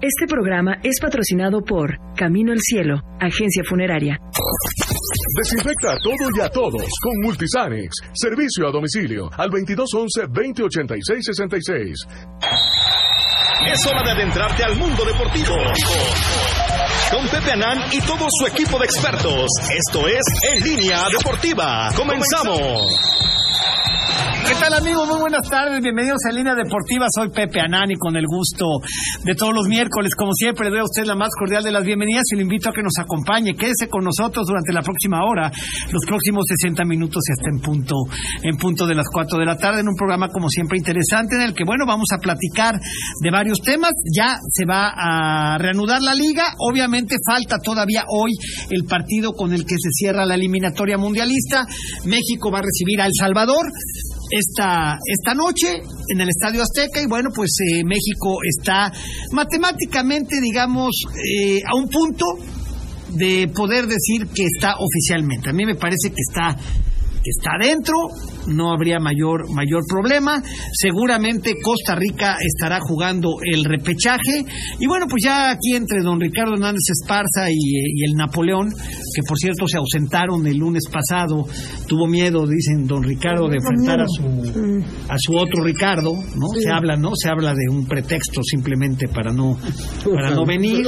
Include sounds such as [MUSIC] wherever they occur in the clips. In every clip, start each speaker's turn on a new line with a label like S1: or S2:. S1: Este programa es patrocinado por Camino al Cielo, agencia funeraria.
S2: Desinfecta a todo y a todos con Multisanex. Servicio a domicilio al 2211-2086-66.
S3: Es hora de adentrarte al mundo deportivo. Con Pepe Anán y todo su equipo de expertos. Esto es En Línea Deportiva. Comenzamos.
S4: ¿Qué tal amigos? Muy buenas tardes, bienvenidos a Línea Deportiva, soy Pepe Anani con el gusto de todos los miércoles, como siempre, le doy a usted la más cordial de las bienvenidas y le invito a que nos acompañe, quédese con nosotros durante la próxima hora, los próximos 60 minutos y hasta en punto, en punto de las 4 de la tarde, en un programa como siempre interesante en el que, bueno, vamos a platicar de varios temas, ya se va a reanudar la liga, obviamente falta todavía hoy el partido con el que se cierra la eliminatoria mundialista, México va a recibir a El Salvador, esta, esta noche en el Estadio Azteca y bueno, pues eh, México está matemáticamente, digamos, eh, a un punto de poder decir que está oficialmente. A mí me parece que está que está adentro, no habría mayor, mayor problema. Seguramente Costa Rica estará jugando el repechaje. Y bueno, pues ya aquí entre don Ricardo Hernández Esparza y, y el Napoleón, que por cierto se ausentaron el lunes pasado, tuvo miedo, dicen don Ricardo, de enfrentar a su, a su otro Ricardo, ¿no? Se habla, ¿no? Se habla de un pretexto simplemente para no, para no venir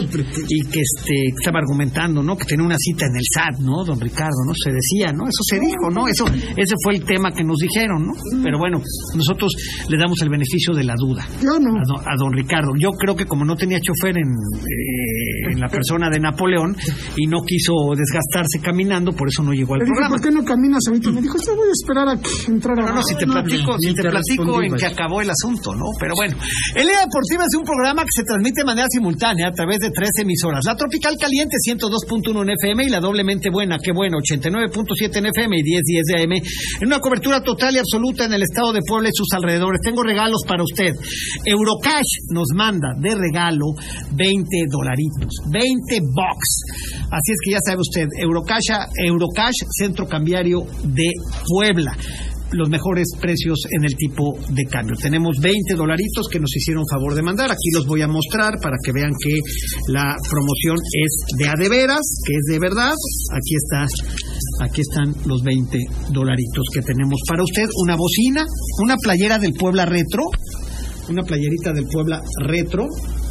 S4: y que este, estaba argumentando, ¿no? Que tenía una cita en el SAT, ¿no? Don Ricardo, ¿no? Se decía, ¿no? Eso se dijo, ¿no? Eso, ese fue el tema que nos dijeron, ¿no? Pero bueno, nosotros le damos el beneficio de la duda.
S5: Yo no.
S4: A don, a don Ricardo. Yo creo que como no tenía chofer en, eh, en la persona de Napoleón y no quiso desgastarse caminando, por eso no llegó al
S5: Le dije,
S4: programa.
S5: ¿por qué no caminas ahorita? Me dijo, yo voy a esperar a que entrara.
S4: No, no, si te platico, si te platico en que acabó el asunto, ¿no? Pero bueno, el Línea Deportiva es un programa que se transmite de manera simultánea a través de tres emisoras. La Tropical Caliente 102.1 en FM y la Doblemente Buena, qué bueno, 89.7 en FM y 1010 de AM. En una cobertura total y absoluta en el estado de Puebla y sus alrededores. Tengo regalos para usted. Eurocash nos manda de regalo 20 dolaritos, 20 bucks. Así es que ya sabe usted, Eurocash, Eurocash Centro Cambiario de Puebla los mejores precios en el tipo de cambio. Tenemos 20 dolaritos que nos hicieron favor de mandar. Aquí los voy a mostrar para que vean que la promoción es de a de veras, que es de verdad. Aquí está, aquí están los 20 dolaritos que tenemos para usted. Una bocina, una playera del Puebla Retro, una playerita del Puebla Retro.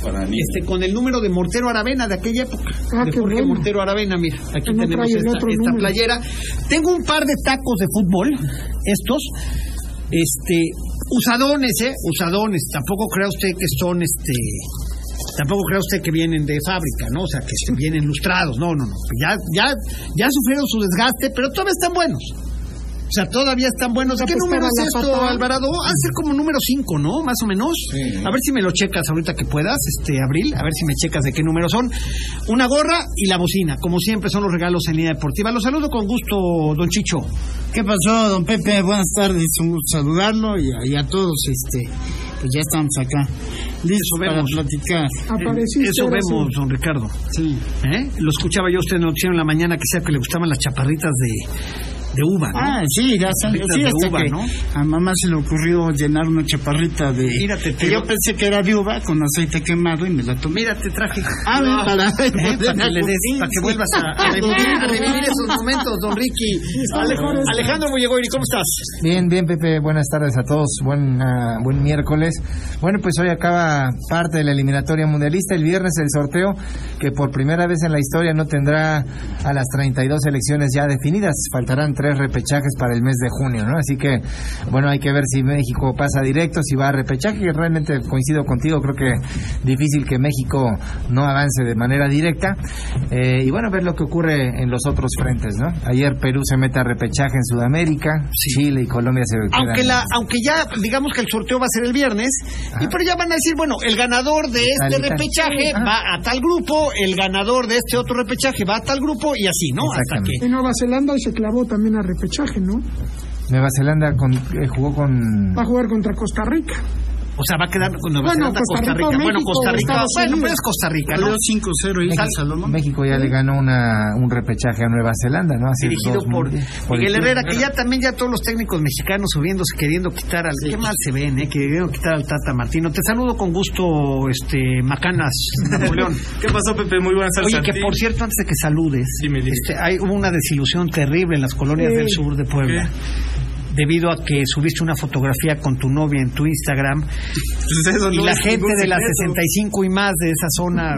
S4: Este, con el número de Mortero Aravena de aquella época.
S5: Ah,
S4: de
S5: qué
S4: Jorge
S5: bueno.
S4: Mortero Aravena, mira, aquí
S5: Que Este no
S4: tenemos
S5: trae el
S4: esta,
S5: otro
S4: esta
S5: número.
S4: playera. Tengo un par de tacos de fútbol, estos, este, usadones, eh, usadones. Tampoco crea usted que son este. Tampoco crea usted que vienen de fábrica, ¿no? O sea, que se vienen lustrados. No, no, no. Ya, ya, ya sufrieron su desgaste, pero todavía están buenos. O sea, todavía están buenos. ¿Qué
S5: pues,
S4: número
S5: para
S4: es
S5: la
S4: esto,
S5: patada.
S4: Alvarado? Ha de ser como número 5, ¿no? Más o menos. A ver si me lo checas ahorita que puedas, este Abril. A ver si me checas de qué número son. Una gorra y la bocina. Como siempre, son los regalos en línea deportiva. Los saludo con gusto, don Chicho.
S6: ¿Qué pasó, don Pepe? Buenas tardes, un gusto saludarlo y a, y a todos, este, pues ya estamos acá, listos
S4: Eso
S6: para
S4: vemos.
S6: platicar.
S5: Apareciste.
S4: Eso
S5: ahora
S4: vemos,
S5: sí.
S4: don Ricardo.
S6: Sí,
S4: ¿Eh? Lo escuchaba yo a usted en el noticiero en la mañana que sea que le gustaban las chaparritas de, de uva. ¿no?
S6: ah, sí, ya sabes,
S4: Chaparritas
S6: sí,
S4: de
S6: hasta
S4: uva,
S6: que
S4: ¿no?
S6: a mamá se le ocurrió llenar una chaparrita de,
S4: Mírate, te
S6: que yo
S4: lo-
S6: pensé que era de uva con aceite quemado y me la tomé.
S4: Mira, te traje.
S6: Ah,
S4: No. [LAUGHS]
S6: para-
S4: ¿Eh? Para que le des,
S6: Sí,
S4: para que
S6: sí.
S4: vuelvas
S6: [LAUGHS]
S4: a, a revivir, a revivir esos momentos, don Ricky. Alejandro, Alejandro Bullegoyri, ¿cómo estás?
S7: Bien, bien, Pepe. Buenas tardes a todos. Buen, ah, buen miércoles. Bueno, pues hoy acaba parte de la eliminatoria mundialista. El viernes el sorteo que por primera vez en la historia no tendrá a las 32 selecciones ya definidas. Faltarán tres repechajes para el mes de junio, ¿no? Así que, bueno, hay que ver si México pasa directo, si va a repechaje. que Realmente coincido contigo. Creo que difícil que México no avance de manera directa. Eh, y bueno, ver lo que ocurre en los otros frentes, ¿no? Ayer Perú se mete a repechaje en Sudamérica. Chile y Colombia se quedan.
S4: Aunque, la, aunque ya digamos que el sorteo va a ser el viernes, y pero ya van a decir, bueno, el ganador de
S7: Tal
S4: este
S7: y tal.
S4: repechaje
S7: Ajá.
S4: va a tal grupo, el ganador de este otro repechaje va a tal grupo, y así, ¿no? Hasta que.
S5: En Nueva Zelanda se clavó también a repechaje, ¿no?
S7: Nueva Zelanda con- eh, jugó con
S5: Va a jugar contra Costa Rica.
S4: O sea, va a quedar con Nueva
S5: Bueno,
S4: Zelanda,
S5: Costa Rica,
S4: Costa Rica. bueno,
S5: México,
S4: Costa Rica.
S5: Estados
S4: Bueno,
S5: Unidos.
S4: pero es Costa Rica, ¿no?
S6: Perdió 5-0 Islas Salomón.
S7: México ya le ganó una, un repechaje a Nueva Zelanda, ¿no? Hace
S4: Dirigido
S7: dos
S4: por
S7: mundiales. Por
S4: Miguel
S7: el-
S4: Herrera, que ya también ya todos los técnicos mexicanos subiéndose, queriendo quitar al... ¿Qué mal se ven, eh? Queriendo quitar al Tata Martino. Te saludo con gusto, este, Macanas, [LAUGHS] Napoleón.
S8: ¿Qué pasó, Pepe? Muy buenas tardes.
S4: Oye,
S8: a
S4: que
S8: ti.
S4: por cierto, antes de que saludes,
S8: Dime, dime.
S4: este, hay, hubo una desilusión terrible en las colonias del sur de Puebla. Debido a que subiste una fotografía con tu novia en tu Instagram
S8: Pues eso
S4: y
S8: no
S4: la
S8: es
S4: gente
S8: ningún
S4: de las
S8: secreto.
S4: 65 y más de esa zona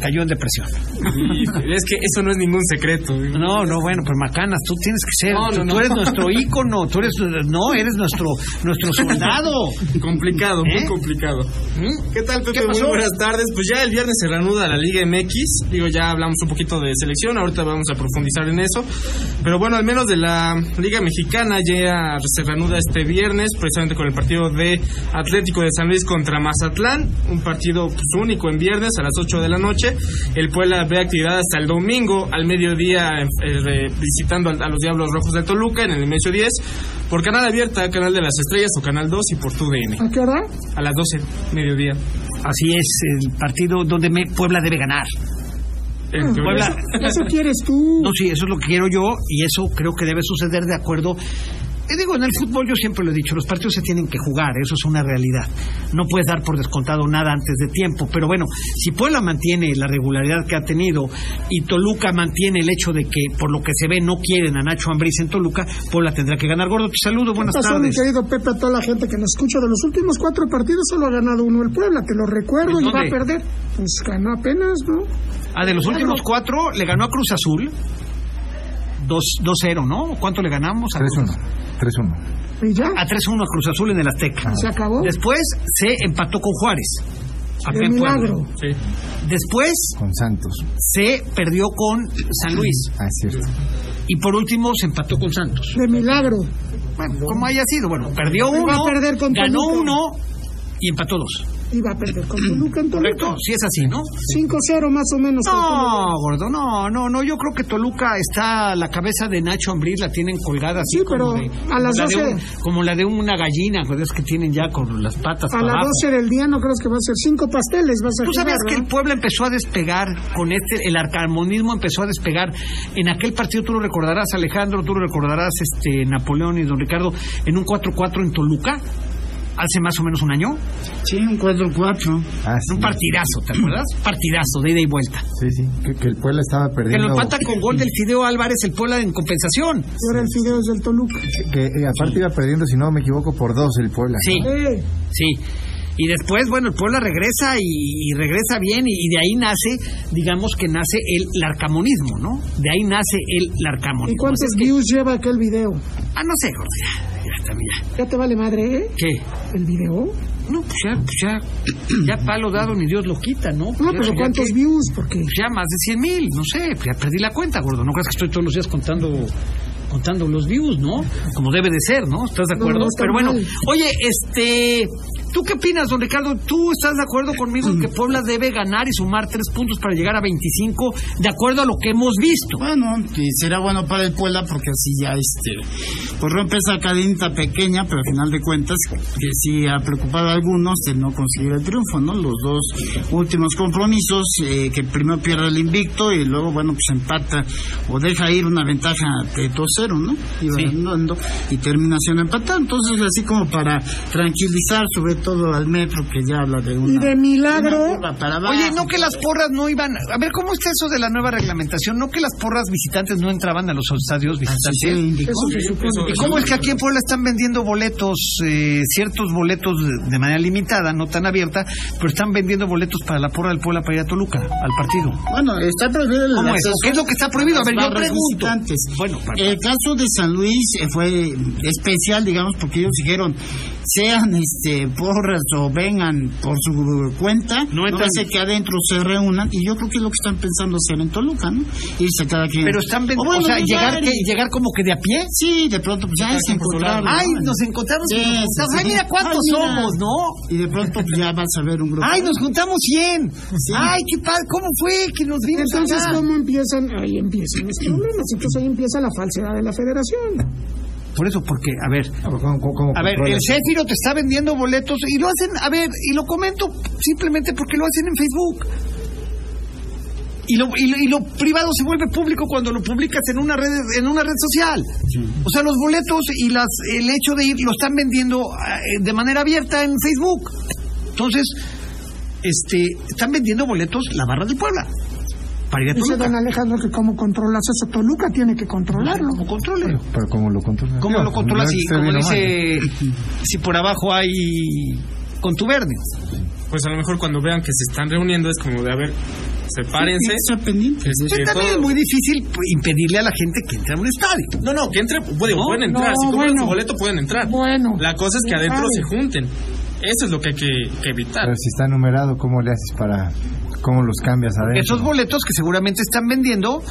S4: cayó en depresión.
S8: Híjole, Es que eso no es ningún secreto.
S4: No, no, bueno, pues Macanas, tú tienes que ser,
S8: No, no,
S4: tú,
S8: no.
S4: tú eres nuestro ícono, tú eres, no, eres nuestro nuestro [LAUGHS] soldado.
S8: Complicado, muy
S4: ¿Eh? ¿Mm?
S8: complicado. ¿Qué tal, Pepe?
S4: ¿Qué pasó?
S8: Muy buenas tardes. Pues ya el viernes se reanuda la Liga MX. Digo, ya hablamos un poquito de selección, ahorita vamos a profundizar en eso. Pero bueno, al menos de la Liga Mexicana ya se reanuda este viernes, precisamente con el partido de Atlético de San Luis contra Mazatlán. Un partido pues, único en viernes a las 8 de la noche. El Puebla ve actividad hasta el domingo al mediodía eh, eh, visitando al- a los Diablos Rojos de Toluca en el Nemesio 10 por canal abierta, canal de las estrellas o canal 2 y por TUDN
S5: ¿A qué hora?
S8: a las 12, mediodía.
S4: Así es, el partido donde me- Puebla debe ganar.
S6: Ah,
S8: En teoría.
S4: Puebla,
S6: pues,
S5: Eso quieres tú.
S4: No, sí, eso es lo que quiero yo y eso creo que debe suceder de acuerdo. Y digo, en el fútbol yo siempre lo he dicho, los partidos se tienen que jugar, eso es una realidad. No puedes dar por descontado nada antes de tiempo, pero bueno, si Puebla mantiene la regularidad que ha tenido y Toluca mantiene el hecho de que por lo que se ve no quieren a Nacho Ambriz en Toluca, Puebla tendrá que ganar. Gordo, te saludo, buenas
S5: pasó, mi
S4: tardes.
S5: querido Pepe, a toda la gente que nos escucha? De los últimos cuatro partidos solo ha ganado uno el Puebla, te lo recuerdo,
S4: ¿En
S5: y va
S4: dónde?
S5: a perder. Pues ganó apenas, ¿no?
S4: Ah, de los últimos cuatro, le ganó a Cruz Azul. 2-0, ¿no? ¿Cuánto le ganamos? A Cruz
S7: 3-1.
S4: Azul?
S7: 3-1.
S5: Y ya,
S4: A 3-1 a Cruz Azul en el
S6: Ah,
S4: Azteca.
S5: se acabó.
S4: Después se empató con Juárez. acá
S5: De
S4: en Puebla.
S5: milagro.
S8: Sí.
S4: Después
S7: Con Santos.
S4: se perdió con San Luis.
S7: Ah, es cierto.
S4: Y por último se empató con Santos.
S5: De milagro.
S4: Bueno, como haya sido, bueno, perdió
S5: Va
S4: uno,
S5: a perder con
S4: ganó
S5: Toluca.
S4: uno y empató dos.
S5: Y va a perder con
S4: [CLEARS THROAT]
S5: Toluca en Toluca.
S4: ¿Correcto? Si es así, ¿no?
S5: 5-0 más o menos. con Toluca.
S4: No, gordo, no, no, no. Yo creo que Toluca está, la cabeza de Nacho Ambriz la tienen colgada así
S5: Sí, pero
S4: como, de,
S5: a
S4: como
S5: las
S4: la de
S5: 12.
S4: un- como la de una gallina, gordo, es que tienen ya con las patas
S5: A
S4: para
S5: las
S4: abajo.
S5: 12 del día no crees que va a ser cinco pasteles, vas a
S4: ¿Tú sabías
S5: jugar,
S4: que el
S5: ¿no?
S4: Puebla empezó a despegar con este, el arcamonismo empezó a despegar? En aquel partido tú lo recordarás, Alejandro, tú lo recordarás, este, Napoleón y don Ricardo, en un 4-4 en Toluca, hace más o menos un año,
S6: Sí, un 4-4.
S7: Ah,
S4: un
S7: sí.
S4: partidazo, ¿te acuerdas? Partidazo, de ida y vuelta.
S7: Sí, sí. Que, que el Puebla estaba
S4: Que lo
S7: perdiendo.
S4: empata con gol del Fideo Álvarez el Puebla en compensación.
S5: Ahora el Fideos del Toluca.
S7: Que eh, aparte iba perdiendo, si no me equivoco, por dos el Puebla.
S4: Sí,
S5: Eh,
S4: sí. Y después, bueno, el Puebla regresa y, y regresa bien y, y de ahí nace, digamos que nace el larcamonismo, ¿no? De ahí nace el larcamonismo.
S5: ¿Y cuántos views lleva aquel video?
S4: Ah, no sé, gordo, ya, ya está, mira.
S5: Ya te vale madre, ¿eh?
S4: ¿Qué?
S5: El video.
S4: No, pues ya, pues ya, [CLEARS THROAT] ya palo dado ni Dios lo quita,
S5: No,
S4: ¿no? Ya,
S5: pero
S4: ya
S5: ¿cuántos
S4: que-
S5: views? Porque
S4: pues ya más de 100 mil, no sé, pues ya perdí la cuenta, gordo. No creas que estoy todos los días contando contando los views, ¿no? Como debe de ser, ¿no? ¿Estás de
S5: No,
S4: acuerdo?
S5: no está
S4: Pero bueno,
S5: mal.
S4: oye, este, ¿tú qué opinas, don Ricardo? ¿Tú estás de acuerdo
S5: [CLEARS THROAT]
S4: conmigo en que Puebla debe ganar y sumar tres puntos para llegar a 25 de acuerdo a lo que hemos visto?
S6: Bueno, que será bueno para el Puebla porque así ya este pues rompe esa cadenita pequeña, pero al final de cuentas que sí ha preocupado a algunos el no conseguir el triunfo, ¿no? Los dos últimos compromisos, eh, que primero pierde el invicto y luego, bueno, pues empata o deja ir una ventaja de 2-0, ¿no? Y va ganando y termina siendo empatado. Entonces, así como para tranquilizar sobre todo al metro que ya habla de una...
S5: Y de milagro-
S6: una curva para abajo.
S4: Oye, no que las porras no iban. A ver, ¿cómo está eso de la nueva reglamentación? No que las porras visitantes no entraban a los estadios visitantes.
S6: Sí, indicó.
S5: eso se supone.
S4: ¿Y cómo es que aquí en Puebla están vendiendo boletos, eh, ciertos boletos de- de manera limitada, no tan abierta, pero están vendiendo boletos para la porra del Puebla para ir a Toluca, al partido?
S6: Bueno, está prohibido el
S4: ¿Cómo es?
S6: acceso
S4: ¿Qué es lo que está prohibido? A ver, yo
S6: barras
S4: pregunto.
S6: visitantes.
S4: Bueno, para-
S6: el caso de San Luis eh, fue especial, digamos, porque ellos dijeron, sean este porras o vengan por su cuenta, no,
S4: entran.
S6: hace que adentro se reúnan, y yo creo que es lo que están pensando hacer en Toluca, ¿no? Irse cada quien.
S4: Pero están
S6: O
S4: vendiendo,
S6: bueno,
S4: o sea,
S6: pues,
S4: llegar,
S6: ya,
S4: que- llegar como que de a pie.
S6: Sí, de pronto, pues ya se encontraron.
S4: Ay,
S6: ¿no?
S4: nos encontramos.
S6: Sí,
S4: y nos
S6: sí,
S4: juntamos.
S6: sí.
S4: Ay, mira cuántos
S6: Ay, mira.
S4: somos, ¿no?
S6: Y de pronto pues, ya vas a ver un grupo.
S4: Ay, nos juntamos 100. Ay, qué padre. ¿Cómo fue que nos vimos
S5: entonces,
S4: acá?
S5: ¿cómo empiezan? Ahí empiezan los problemas. Entonces, ahí empieza la falsedad de la federación.
S4: Por eso, porque, a ver,
S7: Ah, ¿Cómo- cómo- cómo
S4: a ver,
S7: controlas?
S4: el Céfiro te está vendiendo boletos y lo hacen, a ver, y lo comento simplemente porque lo hacen en Facebook. Y lo, y, lo, y lo privado se vuelve público cuando lo publicas en una red en una red social. O sea, los boletos y las el hecho de ir lo están vendiendo eh, de manera abierta en Facebook. Entonces, este están vendiendo boletos la barra del Puebla. Para ir a
S5: Dice
S4: Toluca.
S5: don Alejandro que cómo controlas eso, Toluca tiene que controlarlo.
S4: Como controle.
S7: Pero ¿cómo lo controlas?
S4: ¿Cómo
S7: Digo,
S4: lo controlas
S7: no
S4: si,
S7: está
S4: como
S7: bien o mal. ¿eh?
S4: dice, si por abajo hay contubernio?
S8: Pues a lo mejor cuando vean que se están reuniendo es como de, a ver, sepárense.
S6: Está pendiente.
S8: Este,
S4: Pero también es
S8: todo-
S4: muy difícil pues, impedirle a la gente que entre a un estadio.
S8: No, no, que entre, bueno, pueden entrar. si
S5: no,
S8: compran
S5: bueno.
S8: su boleto, pueden entrar.
S5: Bueno.
S8: La cosa es que
S5: ¿Quién
S8: adentro
S5: sabe?
S8: se junten. Eso es lo que hay que, que evitar.
S7: Pero
S4: Pues,
S7: si está numerado, ¿cómo le haces para.? ¿Cómo los cambias adentro?
S4: Esos boletos que seguramente están vendiendo,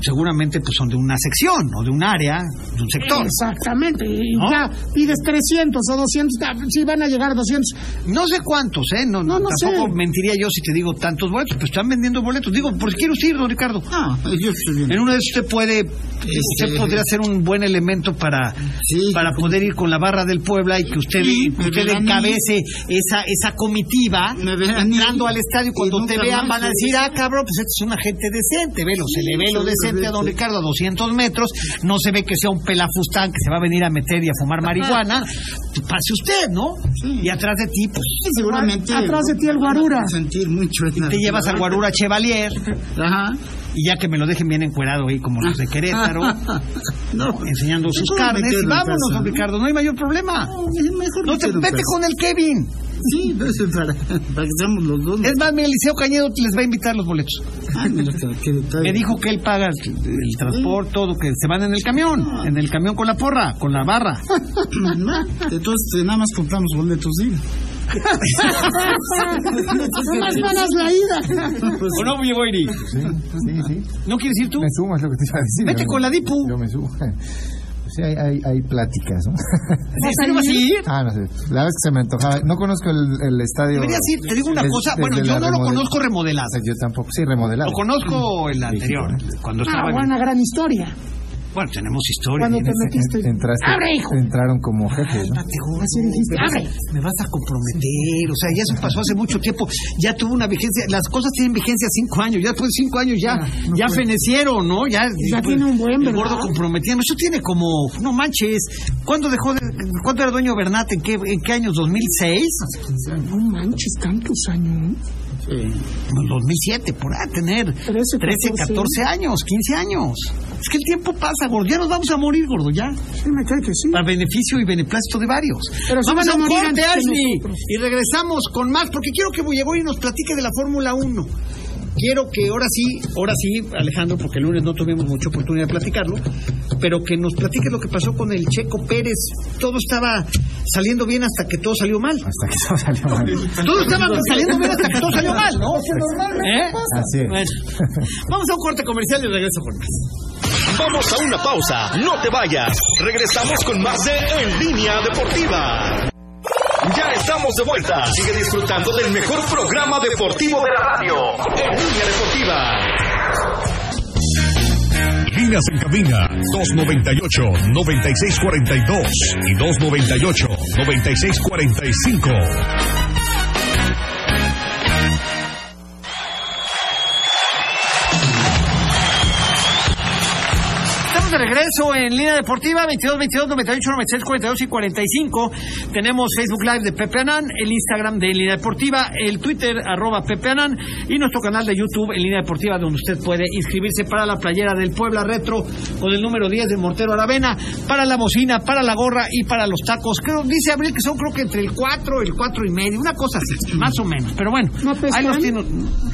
S4: seguramente pues son de una sección o de un área, de un sector.
S5: Exactamente. Y
S4: ¿No?
S5: ya pides 300 o 200, ah, sí van a llegar 200.
S4: No sé cuántos, ¿eh? No,
S5: No, no
S4: tampoco
S5: sé.
S4: mentiría yo si te digo tantos boletos, pero están vendiendo boletos. Digo, ¿por qué quiero ir, don Ricardo?
S6: Ah, yo estoy bien.
S4: En uno de esos usted puede, eh, usted
S6: Este-
S4: podría ser un buen elemento para,
S6: Sí.
S4: para poder ir con la barra del Puebla y que usted,
S6: Sí,
S4: que usted
S6: me verán
S4: encabece esa, esa comitiva
S6: Me verán
S4: entrando
S6: ir.
S4: al estadio.
S6: Y
S4: Cuando
S6: nunca
S4: te vean
S6: más,
S4: van a
S6: sí.
S4: decir, ah, cabrón, pues este es un agente decente, velo, se le ve lo
S6: sí,
S4: decente a don Ricardo a 200 metros, no se ve que sea un pelafustán que se va a venir a meter y a fumar marihuana, pase usted, ¿no? Y atrás de ti, pues,
S6: Sí, Seguramente.
S5: Atrás de ti el guarura.
S6: Sentir mucho.
S4: te llevas al guarura Chevalier
S6: Ajá.
S4: y ya que me lo dejen bien encuerado ahí como los de Querétaro.
S6: No.
S4: enseñando sus
S6: Mejor me
S4: carnes.
S6: quedo en
S4: Vámonos,
S6: casa,
S4: don
S6: ¿no?
S4: Ricardo, no hay mayor problema.
S6: Mejor
S4: No
S6: me
S4: te
S6: quedo en
S4: vete
S6: casa.
S4: con el Kevin.
S6: Sí, pero eso es para, para que seamos los dos.
S4: Es más, mi Eliseo Cañedo les va a invitar los boletos.
S6: Ay, mira, qué- qué detalle.
S4: Me dijo que él paga el, el transporte, todo, que se van en el camión, en el camión con la porra, con la barra.
S6: Entonces, eh, nada más compramos boletos, sí.
S5: Más ganas la ida.
S4: ¿O no, mi Boiri?
S7: Sí, sí, sí.
S4: ¿No quieres ir tú?
S7: Me sumo, es lo que te iba a decir.
S4: Vete
S7: Yo-
S4: con la Dipu.
S7: Yo me sumo. [LAUGHS] Sí, hay, hay, hay pláticas, ¿no?
S4: ¿Sí vas a ir?
S7: [LAUGHS] ah, no sé. La vez que se me antojaba. No conozco el, el estadio.
S4: Deberías ir, te digo una
S7: Des-
S4: cosa.
S7: desde
S4: Bueno, yo no
S7: la
S4: lo
S7: remodel-
S4: conozco remodelado.
S7: Yo tampoco. Sí, remodelado.
S4: Lo conozco el anterior, cuando
S5: Ah,
S4: estaba... en-
S5: buena gran historia.
S4: Bueno, tenemos historia.
S5: Cuando te metiste.
S7: Entraste,
S5: ¡Abre, hijo!
S7: entraron como jefes, ¿no?
S5: Así dijiste, abre.
S4: me vas a comprometer, o sea, ya eso pasó hace mucho tiempo, ya tuvo una vigencia, las cosas tienen vigencia cinco años, ya después de cinco años ya, ya fenecieron, ¿no? Ya,
S5: Ya
S4: pues,
S5: tiene un buen,
S4: el
S5: ¿verdad?
S4: gordo comprometiendo, eso tiene como, no manches, ¿cuándo dejó, de, cuándo era dueño Bernat? ¿En qué, en qué años? ¿2006?
S5: No manches, tantos años.
S4: No, 2007, por ahí tener 13,
S5: Trece,
S4: 14,
S5: catorce.
S4: años, 15 años. Es que el tiempo pasa, gordo, ya nos vamos a morir, gordo, ya.
S5: Sí, me cae que sí.
S4: para beneficio y beneplácito de varios.
S5: Pero sí
S4: Vamos
S5: van
S4: a
S5: a
S4: un
S5: morir
S4: corte,
S5: antes que
S4: Ashley,
S5: nosotros.
S4: y regresamos con más, porque quiero que Bulleboy nos platique de la Fórmula 1. Quiero que ahora sí, ahora sí, Alejandro, porque el lunes no tuvimos mucha oportunidad de platicarlo, pero que nos platique lo que pasó con el Checo Pérez. Todo estaba saliendo bien hasta que todo salió mal.
S7: Hasta que todo salió mal.
S4: Todo estaba saliendo bien hasta que todo salió mal, ¿no? ¿Eh?
S7: Así es.
S4: Bueno, vamos a un corte comercial y regreso con más.
S3: Vamos a una pausa, no te vayas. Regresamos con más de En Línea Deportiva. Ya estamos de vuelta. Sigue disfrutando del mejor programa deportivo de la radio. En Línea Deportiva.
S2: Líneas en cabina 298-9642 y 298-9645.
S4: Estamos de regreso en línea deportiva 22 22 98 96 42 y 45. Tenemos Facebook Live de Pepe Anán, el Instagram de En Línea Deportiva, el Twitter arroba Pepe Anán y nuestro canal de YouTube En Línea Deportiva donde usted puede inscribirse para la playera del Puebla Retro o del número 10 del Mortero Aravena, para la bocina, para la gorra y para los tacos. Creo dice Abril que son creo que entre el 4 y el 4 y medio, una cosa así, más o menos. Pero bueno,
S5: ¿No apestan?
S4: ahí los tiene.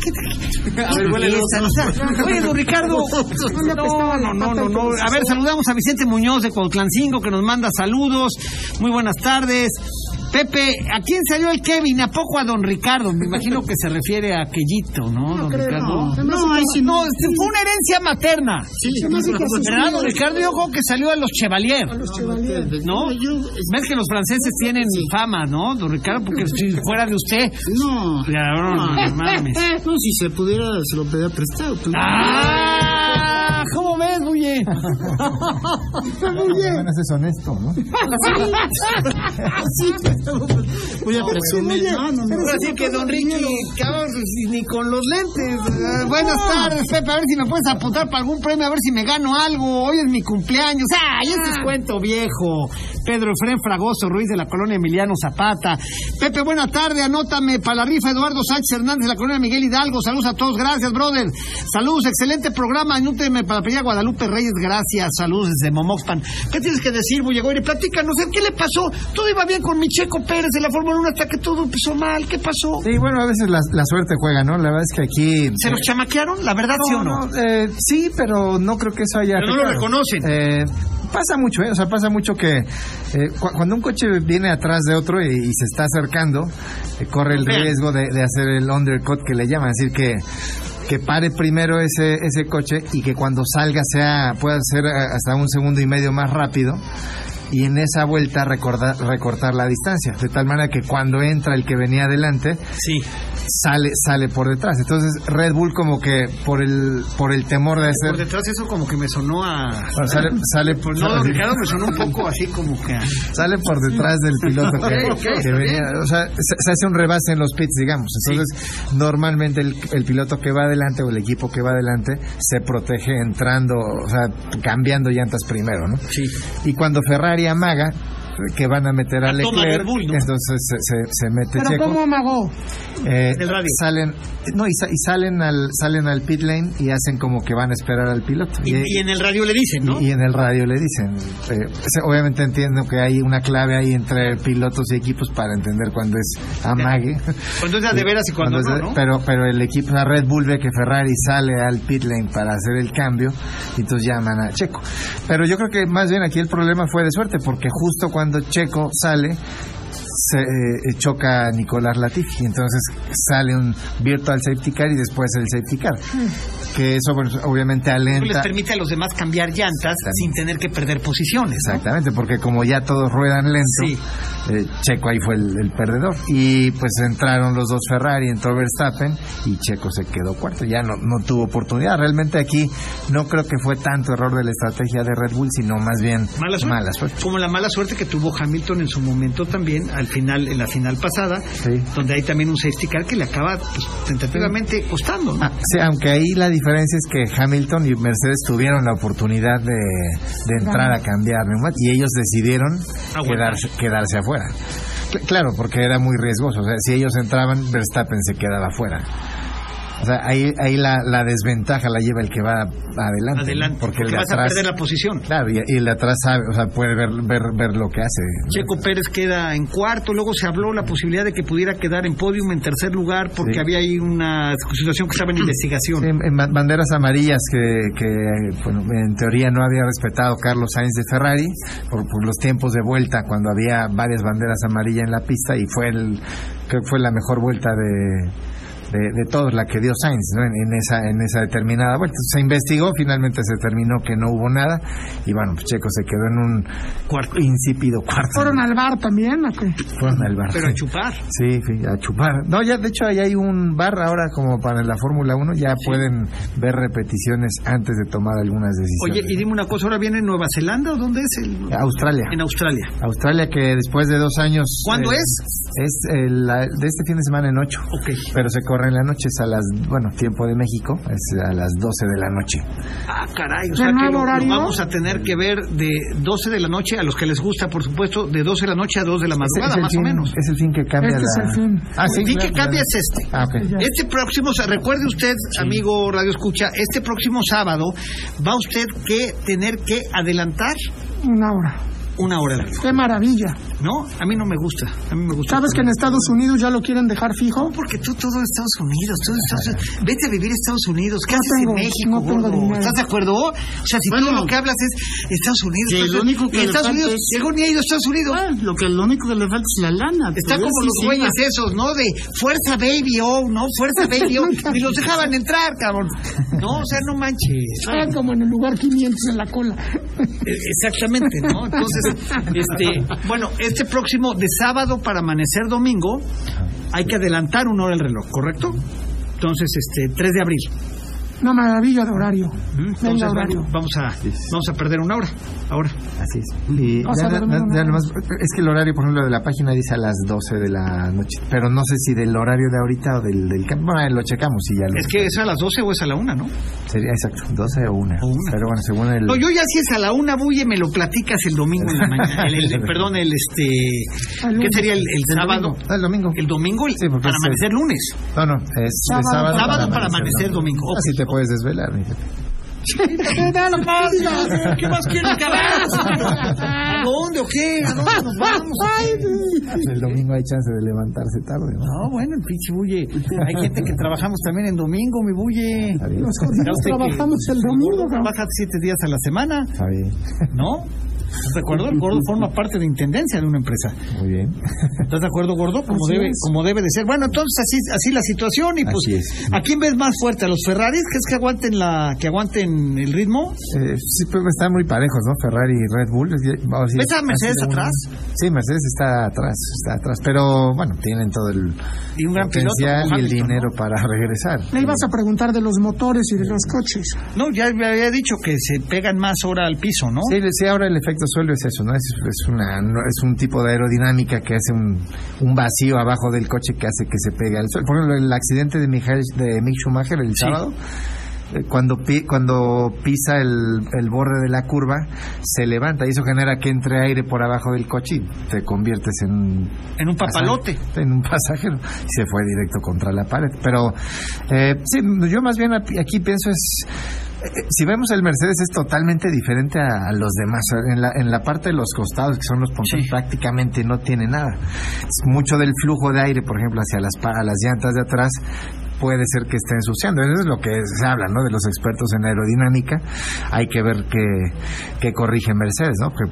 S4: ¿Qué tal? [LAUGHS] Esa, o sea, Oye, don Ricardo.
S5: le
S4: No,
S5: apestaban
S4: no,
S5: la
S4: no,
S5: pata
S4: no,
S5: al
S4: no. A
S5: televisor.
S4: ver, saludamos a Vicente Muñoz de Cuautlancingo que nos manda saludos. Muy buenas tardes. Pepe, ¿a quién salió el Kevin? ¿A poco a don Ricardo? Me imagino que se refiere a Aquellito, ¿no, don
S5: creo,
S4: Ricardo?
S5: no. No, ahí sí
S4: No, este fue una herencia materna.
S5: Se me hace que así
S4: ¿Verdad,
S5: son
S4: don
S5: los-
S4: Ricardo? Yo creo que salió a los Chevalier.
S5: los chevalier.
S4: ¿No? Ves que los franceses tienen fama, ¿no, don Ricardo? Porque si fuera de usted,
S6: No.
S4: cabrón,
S5: Ah. [LAUGHS]
S4: no
S5: Eh,
S4: mames.
S6: No, si se pudiera, se lo pedía prestado. pero-
S4: ¡Ah! ¿Cómo ves, Bulle? Oye.
S7: Está muy bien. Bueno, ese es honesto, ¿no?
S6: Sí, voy a presumir. No, no, no.
S4: Ahora sí que Don Ricky, cabrón, pues, ni con los lentes. Ah, Buenas tardes, Pepe. A ver si me puedes apuntar para algún premio, a ver si me gano algo. Hoy es mi cumpleaños. ¡Ah! Ya es cuento viejo. Pedro Efrén Fragoso Ruiz de la colonia Emiliano Zapata. Pepe, buena tarde. Anótame para la rifa Eduardo Sánchez Hernández de la colonia Miguel Hidalgo. Saludos a todos. Gracias, brother. Saludos. Excelente programa. Anúteme para pedir a Guadalupe Reyes. Gracias. Saludos desde Momoxpan. ¿Qué tienes que decir, Bullegoire? Platícanos. ¿eh? ¿Qué le pasó? Todo iba bien con mi Checo Pérez de la Fórmula 1 hasta que todo empezó mal. ¿Qué pasó?
S7: Sí, bueno, a veces la, la suerte juega, ¿no? La verdad es que aquí...
S4: ¿Se los chamaquearon? ¿La verdad sí o no?
S7: No, eh, sí, pero no creo que eso haya...
S4: Pero no lo
S7: afectado.
S4: reconocen.
S7: Eh, pasa mucho, ¿eh? O sea, pasa mucho que eh, cu- cuando un coche viene atrás de otro y, y se está acercando, eh, corre el
S4: Vean.
S7: riesgo de, de hacer el undercut que le llaman, es decir, que que pare primero ese ese coche y que cuando salga sea pueda ser eh, hasta un segundo y medio más rápido y en esa vuelta recorda- recortar la distancia de tal manera que cuando entra el que venía adelante
S4: Sí.
S7: sale sale por detrás entonces Red Bull como que por el por el temor de
S4: Por
S7: hacer
S4: detrás eso como que me sonó a...
S7: sale sale por
S4: No, don Ricardo me sonó un poco así como que... a-
S7: sale por detrás del piloto que,
S4: Ok, ok,
S7: que venía, o sea, se, se hace un rebase en los pits, digamos. Entonces, normalmente el, el piloto que va adelante o el equipo que va adelante se protege entrando, o sea, cambiando llantas primero, ¿no?
S4: Sí.
S7: Y cuando Ferrari amaga que van a meter a
S4: La toma de
S7: Leclerc,
S4: Red Bull, ¿no?
S7: entonces se, se- se mete
S5: Pero
S7: Checo.
S5: ¿cómo amagó?
S7: Eh,
S4: Del radio.
S7: salen no y, sa- y salen al salen al pit lane y hacen como que van a esperar al piloto
S4: Y,
S7: Y-
S4: y en el radio le dicen, ¿no?
S7: y en el radio le dicen. eh, se- obviamente entiendo que hay una clave ahí entre pilotos y equipos para entender cuándo es amague.
S4: Cuando es de a de
S7: [LAUGHS]
S4: veras y cuando,
S7: Cuando es de-
S4: no, ¿no?
S7: Pero, pero el equipo, la Red Bull ve que Ferrari sale al pit lane para hacer el cambio y entonces llaman a Checo. Pero yo creo que más bien aquí el problema fue de suerte porque justo cuando Checo sale se eh, choca a Nicolás Latifi y entonces sale un virtual safety car y después el safety car
S4: Hmm.
S7: que eso bueno, obviamente
S4: Eso les
S7: alenta
S4: permite a los demás cambiar llantas sin tener que perder posiciones. ¿no?
S7: Exactamente, porque como ya todos ruedan lento,
S4: Sí.
S7: eh, Checo ahí fue el, el perdedor. Y pues entraron los dos Ferrari, entró Verstappen y Checo se quedó cuarto. Ya no, no tuvo oportunidad. Realmente aquí no creo que fue tanto error de la estrategia de Red Bull, sino más bien
S4: Mala suerte.
S7: Mala suerte.
S4: Como la mala suerte que tuvo Hamilton en su momento también, al final, en la final pasada,
S7: Sí.
S4: donde hay también un safety car que le acaba pues, tentativamente costando, ¿no?
S7: Ah, sí, aunque ahí la diferencia es que Hamilton y Mercedes tuvieron la oportunidad de, de entrar a cambiar neumáticos y ellos decidieron
S4: Aguantar.
S7: quedarse, quedarse afuera. Cl- claro, porque era muy riesgoso. O sea, si ellos entraban, Verstappen se quedaba afuera. O sea, ahí, ahí la, la desventaja la lleva el que va adelante. ¿no?
S4: Adelante, porque,
S7: Porque el de
S4: vas a
S7: atrás.
S4: perder la posición.
S7: Claro, y, y el de atrás sabe, o sea, puede ver, ver, ver lo que hace.
S4: Checo Pérez queda en cuarto, luego se habló la posibilidad de que pudiera quedar en podium en tercer lugar porque
S7: Sí.
S4: había ahí una situación que estaba en investigación.
S7: En, en ba- banderas amarillas que, que, bueno, en teoría no había respetado Carlos Sainz de Ferrari por, por los tiempos de vuelta cuando había varias banderas amarillas en la pista y fue el creo que fue la mejor vuelta de de, de todos la que dio Sainz ¿no? en, en esa en esa determinada vuelta se investigó finalmente se terminó que no hubo nada y bueno pues Checo se quedó en un
S4: Cuarto.
S7: insípido cuarto
S5: ¿Fueron al bar también? ¿o qué?
S7: Fueron al bar.
S4: Pero a chupar.
S7: Sí, sí, a chupar. No, ya de hecho ahí hay un bar ahora como para la Fórmula 1, ya pueden ver repeticiones antes de tomar algunas
S4: Oye,
S7: decisiones.
S4: y dime una cosa, ¿ahora viene en Nueva Zelanda o dónde es? El...
S7: Australia.
S4: En Australia.
S7: Australia que después de dos años...
S4: ¿Cuándo
S7: eh,
S4: es?
S7: Es el- la- de este fin de semana en ocho.
S4: Ok.
S7: Pero se corre en la noche, es a las, bueno, tiempo de México, es a las 12 de la noche.
S4: Ah, caray, o
S5: ¿De
S4: sea que
S5: nuevo
S4: lo- lo
S5: horario?
S4: vamos a tener que ver de 12 de la noche, a los que les gusta, por supuesto, de 12 de la noche a 2 de la
S7: Es-
S4: madrugada,
S7: es el
S4: más
S7: fin-
S4: o menos.
S7: Es el fin que cambia
S5: Este
S7: la-
S5: es el fin.
S7: Ah, sí,
S4: el fin que
S7: claro,
S4: cambia
S7: claro.
S4: es este.
S7: Ah, ok.
S4: Este próximo, sa- recuerde usted, amigo Radio Escucha, este próximo sábado va usted que tener que adelantar
S5: Una hora.
S4: una hora de vida,
S5: ¡Qué maravilla!
S4: ¿no? A mí no me gusta, a mí me gusta.
S5: ¿Sabes que en Estados Unidos ya lo quieren dejar fijo?
S4: No, porque tú todo Estados Unidos, todo Estados Unidos. Vete a vivir a Estados Unidos. ¿Qué
S5: No
S4: haces
S5: tengo-
S4: en México,
S5: no tengo
S4: gordo?
S5: dinero.
S4: ¿Estás de acuerdo? O sea, si
S6: Bueno.
S4: todo lo que hablas es Estados Unidos,
S6: Sí,
S4: Estados
S6: lo
S4: Unidos,
S6: único que
S4: y
S6: le
S4: Estados
S6: falta
S4: Unidos,
S6: es-
S4: llegó ni a Estados Unidos.
S6: Ah, lo que lo único que le falta es la lana.
S4: Está
S6: pero
S4: como
S6: sí,
S4: los
S6: sí,
S4: güeyes esos, ¿no? De fuerza baby oh, ¿no? Fuerza baby oh.
S5: [LAUGHS]
S4: Ni los dejaban entrar, cabrón. No, o sea, no manches.
S5: Ah, como en el lugar 500 en la cola.
S4: Eh, Exactamente,
S7: [LAUGHS]
S4: ¿no? Entonces, este, bueno, este próximo de sábado para amanecer domingo, hay que adelantar una hora el reloj, ¿correcto? Entonces, este, 3 de abril.
S5: Una maravilla de horario.
S4: Entonces
S5: Venga, horario.
S4: vamos a, vamos a perder una hora. Ahora.
S7: Así es. Y
S5: O sea,
S7: ya- ya-
S5: dormir una
S7: ya
S5: hora.
S7: nomás- es que el horario, por ejemplo, de la página dice a las 12 de la noche, pero no sé si del horario de ahorita o del, del campo. Bueno, lo checamos y ya lo.
S4: Es que es a las 12 o es a la 1, ¿no?
S7: Sería exacto, 12 o 1.
S4: O una.
S7: Pero bueno, según el.
S4: No, yo ya si es a la 1, bulle, me lo platicas el domingo en la mañana. El-
S7: [LAUGHS]
S4: el- perdón, el este. ¿Qué sería el, el sábado?
S7: Ah, el domingo.
S4: El domingo el-
S7: Sí, porque
S4: para
S7: es el-
S4: amanecer lunes.
S7: No, no, es de
S5: Sábado
S7: sábado,
S5: para
S4: Sábado para amanecer domingo. Ok.
S7: Así te puedes desvelar. mi
S5: Ya no puedo.
S4: ¿Qué más quieres que ¿A dónde o qué? ¿A dónde nos vamos?
S5: Ah,
S7: El domingo hay chance de levantarse tarde, ¿no?
S4: No, bueno, el pinche bulle. Hay gente que trabajamos también en domingo, mi bulle.
S7: Está bien.
S4: ¿Ya usted que-
S5: Trabajamos el domingo, cabrón.
S4: Trabaja siete días a la semana,
S7: Está bien.
S4: ¿no? ¿Estás de acuerdo? El gordo forma parte de intendencia de una empresa.
S7: Muy bien.
S4: ¿Estás de acuerdo, gordo? Como
S5: Así
S4: debe,
S5: es.
S4: como debe de ser. Bueno, entonces así, así la situación y pues,
S7: Así es.
S4: ¿a quién ves más fuerte? ¿A los Ferraris? ¿Crees que aguanten la, que aguanten el ritmo?
S7: Eh, sí, pues están muy parejos, ¿no? Ferrari y Red Bull. Es que- vamos a decir-
S4: ¿Ves a Mercedes
S7: ha sido
S4: atrás?
S7: Sí, Mercedes está atrás, está atrás. Pero bueno, tienen todo el
S4: Y un gran piloto.
S7: potencial
S4: como
S7: y el
S4: Hamilton, ¿no?
S7: dinero para regresar.
S5: [LAUGHS] Me ibas a preguntar de los motores y de los coches.
S4: No, ya me había dicho que se pegan más hora al piso, ¿no?
S7: Sí, le- sí, ahora el efecto suelo es eso, ¿no? Es, es una, no- es un tipo de aerodinámica que hace un, un vacío abajo del coche que hace que se pegue al suelo. Por ejemplo, el accidente de, Michael, de Mick Schumacher el sábado, eh, cuando, pi- cuando pisa el, el borde de la curva, se levanta y eso genera que entre aire por abajo del coche y te conviertes en un
S4: En un papalote.
S7: pasaje- en un pasajero. Y se fue directo contra la pared. Pero eh, sí, yo más bien aquí aquí pienso es... eh, Si vemos el Mercedes es totalmente diferente a, a los demás. En la, en la parte de los costados, que son los pontones,
S4: Sí.
S7: prácticamente no tiene nada. Es Mucho del flujo de aire, por ejemplo, hacia las, pa- a las llantas de atrás, puede ser que esté ensuciando. Eso es lo que se habla, ¿no? De los expertos en aerodinámica. Hay que ver qué, qué corrige Mercedes, ¿no? Que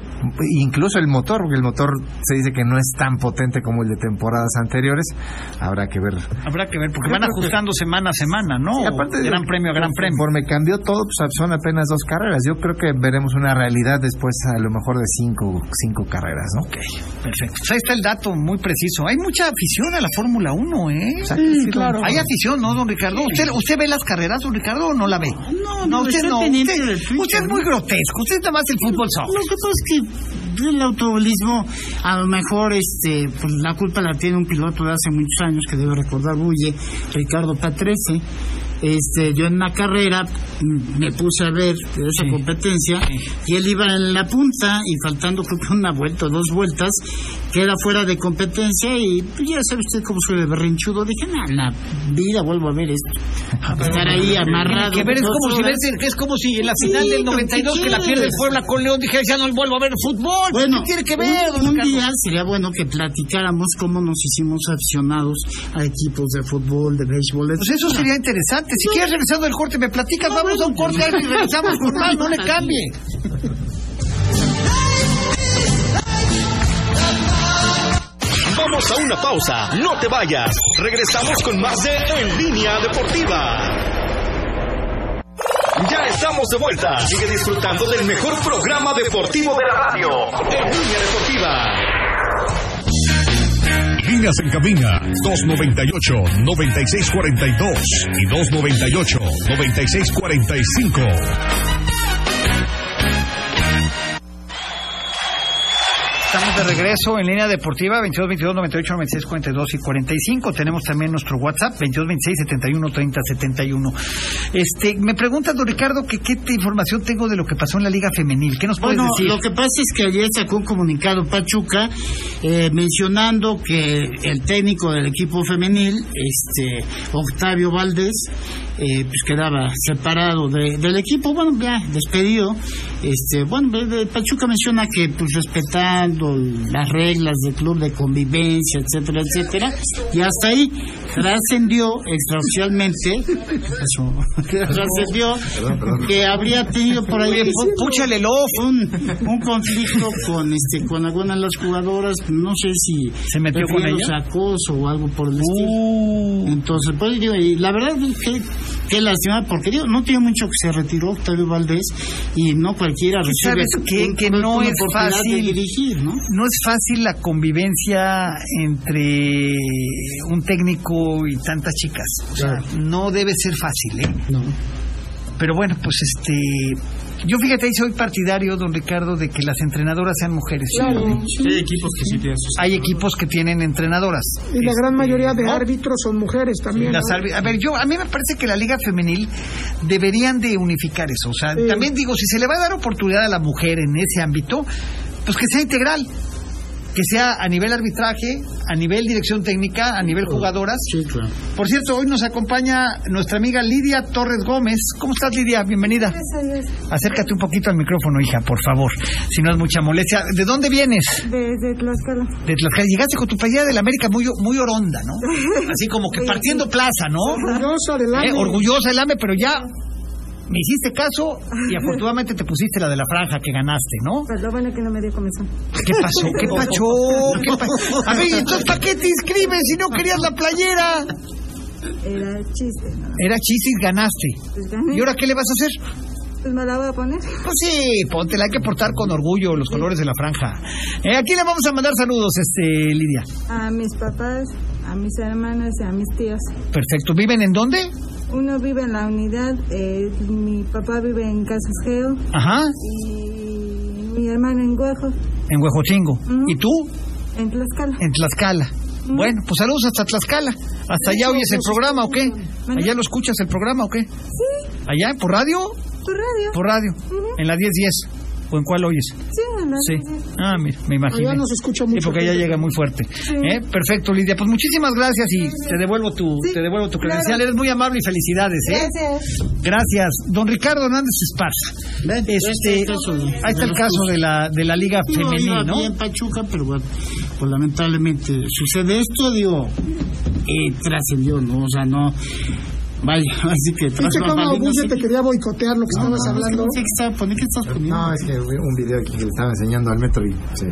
S7: incluso el motor, porque el motor se dice que no es tan potente como el de temporadas anteriores. Habrá que ver.
S4: Habrá que ver, porque
S7: Yo
S4: van
S7: creo que-
S4: ajustando semana a semana, ¿no?
S7: Y aparte de-
S4: gran premio, a gran premio.
S7: Conforme cambió todo, pues son apenas dos carreras. Yo creo que veremos una realidad después, a lo mejor de cinco, cinco carreras, ¿no?
S4: Perfecto. Pues ahí está el dato muy preciso. Hay mucha afición a la Fórmula 1, ¿eh?
S5: Sí, claro.
S4: Hay afición, ¿no, don Ricardo? ¿Usted, ¿Usted ve las carreras, don Ricardo, o no la ve?
S6: No, no, estoy pendiente
S4: Usted,
S6: del Twitter,
S4: usted es muy
S6: ¿no?
S4: grotesco. Usted nada más el fútbol
S6: Lo
S4: soccer.
S6: que pasa es que el automovilismo, a lo mejor, este, pues la culpa la tiene un piloto de hace muchos años que debe recordar Bulle, Ricardo Patrese. Este, yo en una carrera mm, me puse a ver esa competencia y él iba en la punta y faltando creo que una vuelta o dos vueltas queda fuera de competencia y pues, ya sabe usted cómo soy de berrinchudo dije "Nah, en la vida vuelvo a ver esto
S4: [LAUGHS]
S6: estar ahí amarrado
S4: Que ver, es
S6: dos
S4: como si
S6: horas.
S4: verse- es como si en la final
S6: Sí,
S4: del
S6: don
S4: 92 que la pierde el
S6: Quiñones.
S4: Puebla con León dijera ya no vuelvo a ver fútbol.
S6: Bueno,
S4: ¿Qué tiene que ver,
S6: un,
S4: don
S6: un
S4: Ricardo?
S6: día sería bueno que platicáramos cómo nos hicimos aficionados a equipos de fútbol, de béisbol,
S4: Pues eso sería interesante. Si quieres regresando del corte, me platicas, vamos a un corte algo y regresamos con más, no le cambie.
S3: Vamos a una pausa, no te vayas. Regresamos con más de En Línea Deportiva. Ya estamos de vuelta. Sigue disfrutando del mejor programa deportivo de la radio. En Línea Deportiva.
S2: Líneas en cabina 298-9642 y 298-9645.
S4: Estamos de regreso en línea deportiva 22 22 98 96 42 y 45. Tenemos también nuestro WhatsApp 22 26 71 30 71. Este, me pregunta don Ricardo que qué te- información tengo de lo que pasó en la liga femenil. ¿Qué nos puedes
S6: Bueno,
S4: decir?
S6: lo que pasa es que ayer sacó un comunicado Pachuca eh, mencionando que el técnico del equipo femenil, este Octavio Valdés, eh, pues quedaba separado de- del equipo, bueno, ya despedido. Este, bueno, de- de- Pachuca menciona que pues respetando las reglas del club de convivencia, etcétera, etcétera, y hasta ahí trascendió extraoficialmente, [LAUGHS] ¿qué pasó? trascendió que habría tenido por ahí
S4: Pú- Púchale el ojo.
S6: un, un conflicto con este con alguna de las jugadoras no sé si
S4: ¿Se metió con
S6: refiere
S4: ella? Uh.
S6: a los acoso o algo por el estilo entonces pues digo y la verdad es que qué lástima porque digo no tiene mucho que se retiró Octavio Valdés y no cualquiera recibe
S4: sabes que-
S6: un-
S4: que no
S6: una
S4: es
S6: oportunidad
S4: fácil.
S6: de dirigir no
S4: No es fácil la convivencia entre un técnico y tantas chicas. O sea, no debe ser fácil, ¿eh?
S6: no
S4: Pero bueno, pues este. Yo fíjate, ahí soy partidario, don Ricardo, de que las entrenadoras sean mujeres.
S5: Claro, sí.
S8: Hay equipos que sí tienen sus.
S4: Hay equipos que tienen entrenadoras.
S5: Y
S6: este,
S5: la gran mayoría de árbitros son mujeres también.
S4: Las
S5: ¿no?
S4: arbi- a ver, yo a mí me parece que la liga femenil deberían de unificar eso. O sea,
S5: Sí.
S4: también digo, si se le va a dar oportunidad a la mujer en ese ámbito, pues que sea integral, que sea a nivel arbitraje, a nivel dirección técnica, a nivel jugadoras.
S6: Sí, claro.
S4: Por cierto, hoy nos acompaña nuestra amiga Lidia Torres Gómez. ¿Cómo estás, Lidia? Bienvenida.
S9: Gracias a Dios.
S4: Acércate un poquito al micrófono, hija, por favor, si no es mucha molestia. ¿De dónde vienes?
S9: Desde Tlaxcala.
S4: De Tlaxcala. Llegaste con tu playera del América muy, muy oronda, ¿no? Así como que partiendo plaza, ¿no?
S5: Orgullosa del
S4: Eh,
S5: AME.
S4: orgullosa el AME, pero ya me hiciste caso y afortunadamente te pusiste la de la franja que ganaste, ¿no?
S9: Pues lo bueno que no me dio comezón.
S4: ¿Qué pasó? ¿Qué pasó? ¿Qué pasó? A ver, entonces, ¿para qué te inscribes si no querías la playera?
S9: Era chiste. ¿no?
S4: Era chiste y ganaste.
S9: Pues gané.
S4: ¿Y ahora qué le vas a hacer?
S9: Pues me la voy a poner.
S4: Pues sí, póntela, hay que portar con orgullo los colores de la franja. Eh, aquí le vamos a mandar saludos, este Lidia.
S9: A mis papás, a mis hermanos y a mis tíos.
S4: Perfecto. ¿Viven en dónde?
S9: Uno vive en la unidad, eh, mi papá vive en Casasgeo
S4: Ajá,
S9: y mi hermano en Guajo,
S4: en Huejotzingo.
S9: Ujú.
S4: ¿Y tú?
S9: en Tlaxcala.
S4: En Tlaxcala. Bueno, pues saludos hasta Tlaxcala. ¿Hasta allá oyes el programa o qué?
S9: ¿Mande?
S4: ¿Allá lo escuchas el programa o qué?
S9: Sí,
S4: ¿Allá? ¿Por radio?
S9: tu radio.
S4: Por radio.
S9: Ujú.
S4: ¿En la 1010? ¿O en cuál oyes?
S9: Sí, en la
S4: Sí. Ah, mira, me imagino.
S5: Allá nos escucha mucho.
S4: Sí, porque allá llega muy fuerte. ¿Eh? Perfecto, Lidia. Pues muchísimas gracias y te devuelvo tu,
S9: Sí,
S4: te devuelvo tu
S9: claro.
S4: credencial. Eres muy amable y felicidades. ¿eh?
S9: Gracias.
S4: Gracias. Don Ricardo Hernández Esparza. Este, ahí está el caso de la, de la Liga Femenil,
S6: no,
S4: ¿no?
S6: aquí en Pachuca, pero bueno, pues lamentablemente sucede esto, digo, eh, trascendió, ¿no? O sea, no. Vaya, [LAUGHS] así que tras
S5: Viste cómo
S6: bambalinas,
S5: Orgullo
S6: sí.
S5: te quería boicotear lo que estabas
S6: Ah, No,
S5: hablando.
S6: ¿Qué está- ¿Por qué estás poniendo?
S7: No, es que vi un video aquí que le estaba enseñando al metro y sí.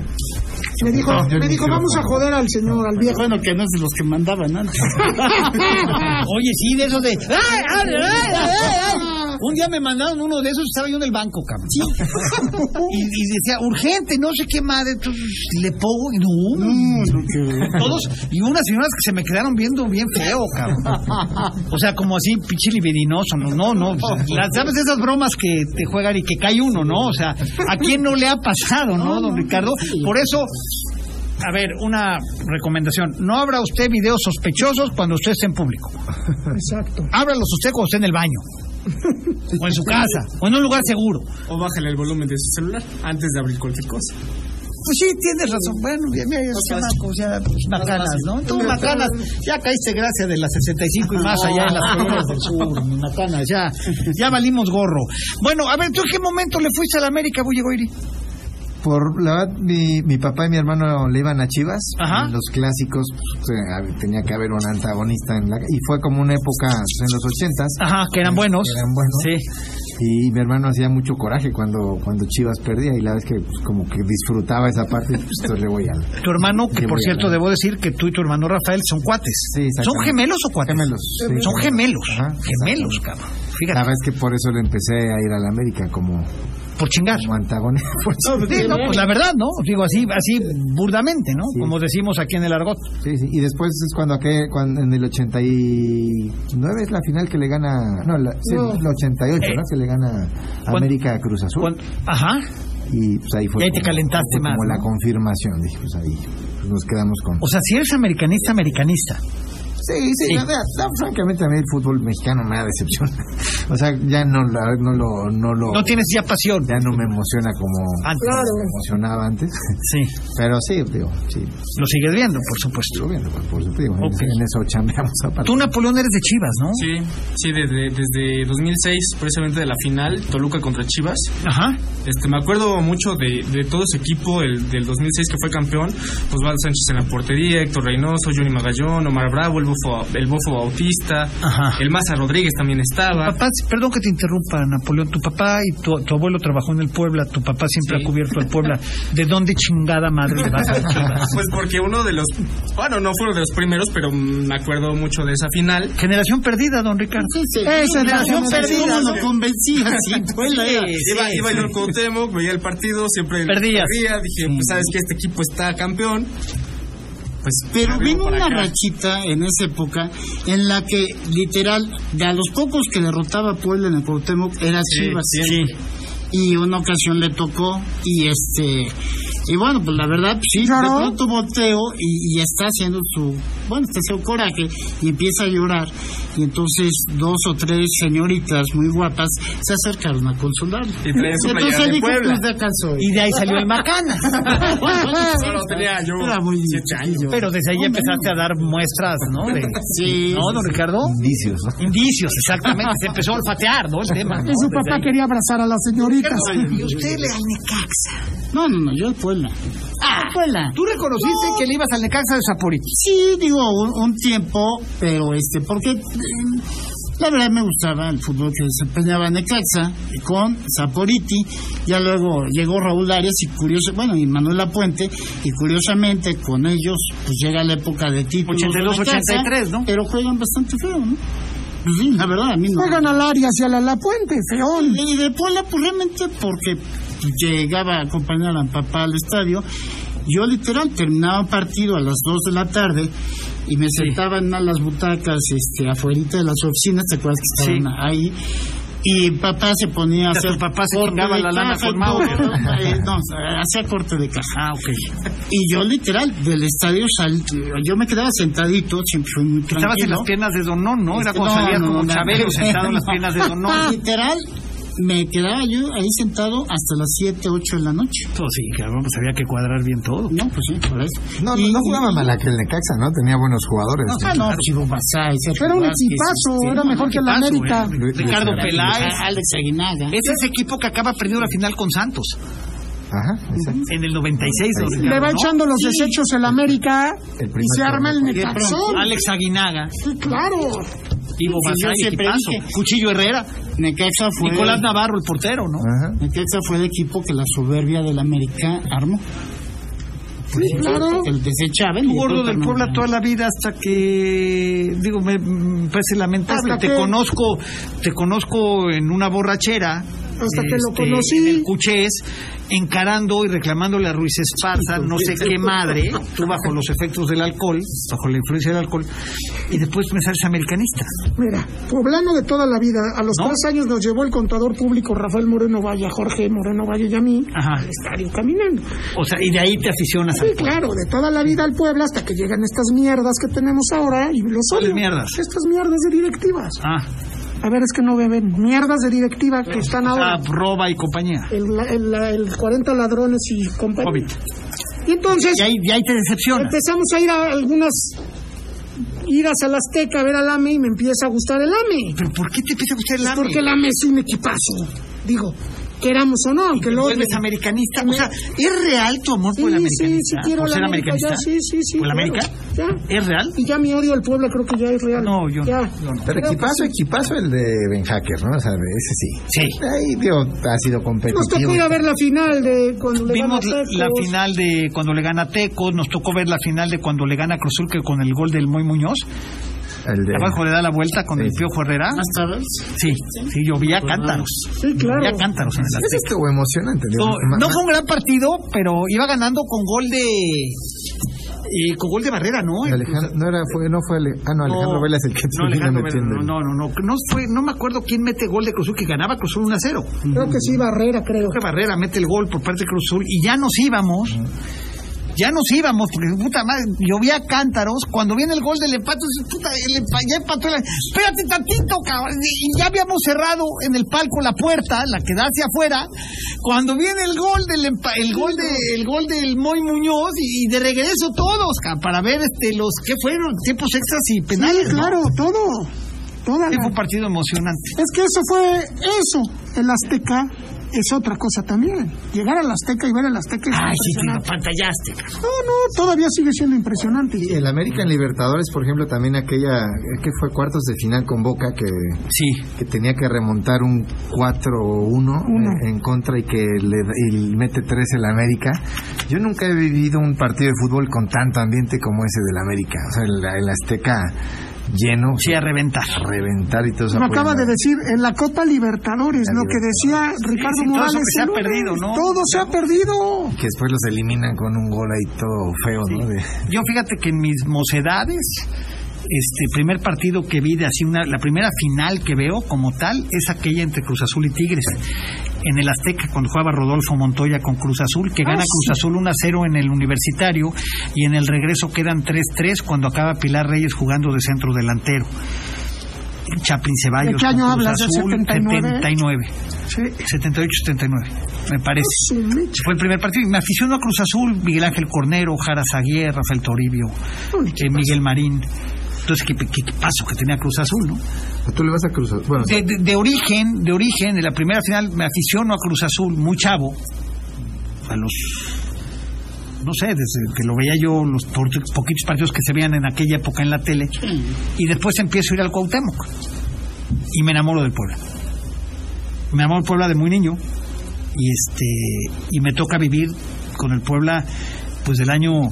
S5: Me dijo,
S6: No, yo
S5: me
S6: ni
S5: dijo,
S6: quiero
S5: vamos a joder al señor, al viejo.
S6: Bueno, que no es de los que mandaban antes.
S4: [LAUGHS] Oye, sí, de esos de. ¡Ay, ay, ay, ay, ay! Un día me mandaron uno de esos, estaba yo en el banco, cabrón. Y, y decía, urgente, no sé qué madre. entonces, Le pongo y no. Todos, y unas señoras que se me quedaron viendo bien feo, cabrón. O sea, como así, pinche libidinoso, no, no, no. Las, ¿Sabes esas bromas que te juegan y que cae uno, no? O sea, ¿a quién no le ha pasado, no, don Ricardo? Por eso, a ver, una recomendación. No abra usted videos sospechosos cuando usted esté en público.
S5: Exacto.
S4: Ábralos usted cuando esté en el baño. [LAUGHS] O en su casa, o en un lugar seguro.
S8: O bájale el volumen de su celular antes de abrir cualquier cosa.
S4: Pues sí, tienes razón. Bueno, ya mira, ya se llama, pues, ya, pues, macanas, ¿no? Tú macanas, ya caíste gracias de las 65 y más allá en [LAUGHS] las colonias del sur, mi macanas, ya, ya valimos gorro. Bueno, a ver, ¿tú en qué momento le fuiste a la América, Bullegoiri?
S7: Por la verdad, mi, mi papá y mi hermano le iban a Chivas.
S4: Ajá.
S7: En Los clásicos, pues, eh, hab- tenía que haber un antagonista. En la, y fue como una época pues, en los ochentas.
S4: Ajá, que eran buenos.
S7: Eran buenos.
S4: Sí.
S7: Y mi hermano hacía mucho coraje cuando, cuando Chivas perdía. Y la vez que pues, como que disfrutaba esa parte, pues entonces le voy a...
S4: Tu hermano, que
S7: Qué
S4: por
S7: buena.
S4: cierto, debo decir que tú y tu hermano Rafael son cuates.
S7: Sí, exactamente.
S4: ¿Son gemelos o cuates?
S7: Gemelos, sí.
S4: Son gemelos.
S7: Ajá,
S4: gemelos, cabrón.
S7: La
S4: Fíjate,
S7: verdad es que por eso le empecé a ir a la América como,
S4: por chingar.
S7: como antagonista. [LAUGHS]
S4: Sí, no, pues la verdad, ¿no? Digo así, así burdamente, ¿no?
S7: Sí.
S4: Como decimos aquí en el argot.
S7: Sí, sí, y después es cuando, aquel, cuando en el 89 es la final que le gana, no, la, sí,
S5: No.
S7: el 88, ¿no? Que le gana
S4: Cuan-
S7: América a Cruz Azul.
S4: Cuan- Ajá.
S7: Y pues ahí fue
S4: Y ahí te calentaste
S7: fue como
S4: más,
S7: la
S4: ¿no?
S7: confirmación, dije, pues ahí pues, nos quedamos con...
S4: O sea, si eres americanista, americanista.
S7: Sí, sí,
S4: Sí.
S7: la verdad, no, francamente a mí el fútbol mexicano me da decepción. [LAUGHS] o sea, ya no, la- no lo... No lo
S4: No tienes ya pasión.
S7: ya no me emociona como
S4: Antes.
S7: me emocionaba
S4: [LAUGHS]
S7: antes.
S4: Sí.
S7: Pero sí, digo, sí,
S4: Lo sigues viendo, por supuesto.
S7: sigo viendo, pues, por eso te digo, en-
S4: Ok.
S7: en eso chambeamos aparte.
S4: Tú, Napoleón, eres de Chivas, ¿no?
S8: Sí, sí, desde, desde 2006, precisamente de la final, Toluca contra Chivas.
S4: Ajá.
S8: Este, me acuerdo mucho de, de todo ese equipo, el del 2006 que fue campeón, Osvaldo Sánchez en la portería, Héctor Reynoso, Johnny Magallón, Omar Bravo, el Bofo, el Bofo Bautista,
S4: Ajá.
S8: el Maza Rodríguez también estaba.
S4: Papá, perdón que te interrumpa, Napoleón. Tu papá y tu, tu abuelo trabajó en el Puebla. Tu papá siempre
S8: Sí.
S4: ha cubierto el Puebla. ¿De dónde chingada madre le vas a
S8: [LAUGHS]
S4: las Chivas?
S8: Pues porque uno de los, bueno, no fue uno de los primeros, pero mm, me acuerdo mucho de esa final.
S4: Generación perdida, don Ricardo. Esa generación perdida.
S6: No lo convencía, sí, fue la era.
S4: Sí,
S8: iba,
S4: sí,
S8: iba
S4: sí.
S8: yo al Cuauhtémoc, veía el partido, siempre
S4: Perdías.
S8: perdía. Dije, pues sabes que este equipo está campeón.
S10: pues
S8: Pero
S10: arriba
S8: vino
S10: para
S8: una
S10: acá.
S8: rachita en esa época en la que literal de a los pocos que derrotaba a Puebla en el Cuauhtémoc era Chivas. Y una ocasión le tocó y este y bueno, pues la verdad pues, sí,
S6: Claro.
S8: de pronto volteo y, y está haciendo su bueno, está haciendo coraje y empieza a llorar y entonces dos o tres señoritas muy guapas se acercaron a consolarle.
S10: Y traía su
S8: entonces
S10: playera de
S8: dijo,
S10: Puebla.
S8: pues, de acaso, [LAUGHS]
S4: Y de ahí salió el Macana. [LAUGHS]
S10: Solo tenía yo
S8: Era muy
S10: siete años.
S8: chiquillo.
S4: Pero desde ahí
S8: No,
S4: empezaste a dar muestras, ¿no? De-
S8: Sí,
S4: ¿No, don Ricardo?
S7: Indicios, ¿no?
S4: Indicios, exactamente. Se empezó a olfatear, ¿no? El tema. ¿no?
S6: Y su
S4: Desde
S6: papá
S4: ahí.
S6: quería abrazar a las señoritas.
S8: usted le al Necaxa? No, no, no, yo al Puebla. ¡Ah! Puebla.
S4: ¿Tú reconociste que le ibas al Necaxa de Saporito?
S8: Sí, digo, un, un tiempo, pero este, porque eh, la verdad me gustaba el fútbol que desempeñaba Necaxa con Saporiti. Ya luego llegó Raúl Arias y curioso, bueno, y Manuel Lapuente, y curiosamente con ellos, pues llega la época de títulos. de
S4: 82,
S8: Necaxa,
S4: 83, ¿no?
S8: Pero juegan bastante feo, ¿no? Pues sí, la verdad, a mí no.
S6: Juegan al área hacia la La Puente, feón.
S8: Y de Puebla, pues realmente porque llegaba a acompañar a mi papá al estadio, yo literal terminaba el partido a las 2 de la tarde y me sentaba en una de las butacas este, afuera de las oficinas, ¿te acuerdas que estaban ahí? Y papá
S4: [LAUGHS]
S8: se ponía a
S4: Ya tu
S8: hacer
S4: papá se
S8: corte
S4: chingaba
S8: de
S4: la lana
S8: caja y
S4: con Maurer.
S8: todo, eh, no, hacía corte de caja.
S4: Ah,
S8: [LAUGHS]
S4: ok.
S8: Y yo literal del estadio sal, yo me quedaba sentadito, siempre fui muy tranquilo.
S4: Estabas en las piernas de Donón, ¿no? Era
S8: Este,
S4: como
S8: no,
S4: salías
S8: no,
S4: como
S8: no,
S4: Chabelo [LAUGHS]
S8: no.
S4: sentado en
S8: [LAUGHS]
S4: las piernas de
S6: Ah.
S8: No,
S4: Donón.
S8: literal, me quedaba yo ahí sentado hasta las 7, 8 de la noche. ¿eh?
S4: Todo sí, cabrón, pues había que cuadrar bien todo.
S8: No, pues sí, por eso.
S7: No,
S8: Y-
S7: no, no jugaba mal aquel Necaxa, ¿no? Tenía buenos jugadores.
S8: Ah, no, Chivo Basay, Sergio
S6: Era un
S8: Vázquez,
S6: equipazo,
S8: este,
S6: era mejor que la
S4: equipazo,
S6: América.
S7: Lu- Luis
S4: Ricardo
S7: Herrera.
S4: Peláez.
S8: A- Alex Aguinaga.
S4: Es ese equipo que acaba perdiendo la final con Santos
S7: Ajá, exacto.
S4: en el 96. don
S7: Le
S6: Le
S4: Ricardo,
S6: va
S4: ¿no?
S6: echando los desechos el América
S7: El primer
S6: y se arma el
S7: torneo.
S6: Necaxón.
S4: Alex Aguinaga,
S6: Sí, claro.
S4: Ivo
S8: Sí, yo
S4: Basay,
S8: siempre
S4: equipazo.
S8: dije.
S4: Cuchillo Herrera,
S8: Necaxa fue,
S4: Nicolás Navarro, el portero, ¿no?
S7: Ajá.
S8: Necaxa fue el equipo que la soberbia del América armó.
S6: Sí, claro.
S8: El desechaba.
S4: Tú gordo del Puebla toda la vida hasta que digo me mm, parece lamentable
S6: Hasta
S4: te
S6: que-
S4: conozco te conozco en una borrachera este,
S6: Hasta que lo conocí.
S4: en el Cuchés, encarando y reclamándole a Ruiz Esparza, no sé qué madre, tú bajo los efectos del alcohol, bajo la influencia del alcohol, y después me sales americanista.
S6: Mira, poblano de toda la vida. A los
S4: ¿No?
S6: tres años nos llevó el contador público Rafael Moreno Valle, a Jorge Moreno Valle y a mí
S4: Ajá.
S6: al estadio caminando.
S4: O sea, y de ahí te aficionas
S6: Sí,
S4: al
S6: claro, de toda la vida al Puebla hasta que llegan estas mierdas que tenemos ahora y los
S4: ¿Cuáles
S6: odio.
S4: mierdas?
S6: Estas mierdas de directivas.
S4: Ah,
S6: A ver, es que no beben. Mierdas de directiva que están ahora.
S4: ah, roba y compañía.
S6: El, el- el 40 ladrones y compañía.
S4: Hobbit.
S6: Y entonces
S4: Y ahí, y ahí te decepciona.
S6: empezamos a ir a algunas idas al Azteca a ver al AME y me empieza a gustar el AME.
S4: ¿Pero por qué te empieza a gustar el AME?
S6: Porque el AME es un equipazo. Digo, queramos o no, aunque
S4: Te
S6: lo
S4: vuelves
S6: odie.
S4: americanista. O sea, ¿es real tu amor por el
S6: Sí, sí, sí,
S4: americanista?
S6: quiero
S4: ¿Por
S6: el
S4: ser
S6: América,
S4: americanista?
S6: ya, sí, sí, sí.
S4: ¿Por el
S6: claro,
S4: América?
S6: Ya.
S4: ¿Es real?
S6: Y ya mi odio al pueblo creo que ya es real.
S4: No, yo no,
S6: Ya.
S4: yo no.
S7: Pero
S6: Creo que
S7: equipazo,
S6: sí.
S7: equipazo el de Ben Hacker, ¿no? O sea, ese sí.
S4: Sí.
S7: Ahí, digo, ha sido
S6: Nos
S7: competitivo.
S6: tocó ir a ver la final de cuando le
S4: Vimos
S6: gana
S4: la,
S6: Tecos.
S4: la final de cuando le gana Tecos, nos tocó ver la final de cuando le gana Cruzul que con el gol del Moy Muñoz,
S7: El de...
S4: abajo le da la vuelta con
S7: Sí.
S4: el Piojo Herrera.
S8: Hasta ver.
S4: Sí, sí, llovía cántaros.
S6: Sí, claro.
S4: Llovía cántaros en el
S7: Ese
S4: Azteca.
S7: estuvo emocionante. digo,
S4: No,
S7: ma-
S4: no
S7: ma-
S4: fue un gran partido, pero iba ganando con gol de eh, con gol de Barrera, ¿no?
S7: Alejandro, no era, fue, no fue, Ale- ah, no, Alejandro Vela es el que
S4: eh, no,
S7: termina
S4: Alejandro Vela,
S7: metiendo.
S4: no, no, no, no, no fue, no me acuerdo quién mete gol de Cruzul que ganaba Cruzul 1 a 0.
S6: Creo que sí, Barrera, creo.
S4: Jorge Barrera mete el gol por parte de Cruz Azul y ya nos íbamos. Ya nos íbamos, porque puta madre, llovía cántaros. Cuando viene el gol del empate, dices, puta, el empa- ya empató el- Espérate tantito, cabrón. Y y ya habíamos cerrado en el palco la puerta, la que da hacia afuera. Cuando viene el gol del empa- el gol de, el gol del Moy Muñoz y, y de regreso todos, ca, para ver este los que fueron tiempos extras y penales.
S6: Sí, claro, todo. Toda
S4: ¿no? Sí,
S6: la-
S4: fue un partido emocionante.
S6: Es que eso fue eso. El Azteca es otra cosa también. Llegar al Azteca y ver al Azteca es
S4: Ay, sí, te lo
S6: impresionante.
S4: pantallaste. ca.
S6: No, no, todavía sigue siendo impresionante.
S7: Y el American Libertadores, por ejemplo, también aquella eh, que fue cuartos de final con Boca, que,
S4: Sí.
S7: que tenía que remontar un 4-1 en- en contra y que le y mete 3 el América. Yo nunca he vivido un partido de fútbol con tanto ambiente como ese del América. O sea, el, el Azteca
S11: lleno.
S4: Sí, a reventar.
S11: A reventar y todo eso.
S5: Lo acaba
S6: pues,
S5: de decir en la Copa Libertadores,
S11: La
S5: lo que decía Ricardo
S4: sí, todo eso
S5: Morales.
S4: que
S5: el
S4: se ha
S5: lunes.
S4: perdido, ¿no?
S5: Todo se ha perdido.
S11: Que después los eliminan con un gol ahí todo feo, ¿no? De-
S4: Yo fíjate que en mis mocedades, este primer partido que vi de así una, la primera final que veo como tal es aquella entre Cruz Azul y Tigres en el Azteca cuando jugaba Rodolfo Montoya con Cruz Azul
S5: Ah,
S4: que gana Cruz Azul 1-0 en el Universitario y en el regreso quedan 3-3 cuando acaba Pilar Reyes jugando de centro delantero. Chaplin Ceballos.
S5: ¿De qué año
S4: con Cruz
S5: hablas? ¿Del
S4: Azul,
S5: 79?
S4: 79.
S5: Sí.
S4: 78-79, me parece.
S5: Sí, Mitch.
S4: Fue el primer partido. Y Me aficionó a Cruz Azul, Miguel Ángel Cornero, Jara Zaguier, Rafael Toribio, eh, Miguel Marín. Entonces, ¿qué, qué, qué paso que tenía Cruz Azul, no?
S11: Tú le vas a cruzar. Bueno,
S4: De, de- de origen, de origen, en la primera final me aficiono a Cruz Azul, muy chavo, a los, no sé, desde que lo veía yo, los por- poquitos partidos que se veían en aquella época en la tele, y después empiezo a ir al Cuauhtémoc, y me enamoro del Puebla. Me enamoro del Puebla de muy niño, y este, y me toca vivir con el Puebla, pues del año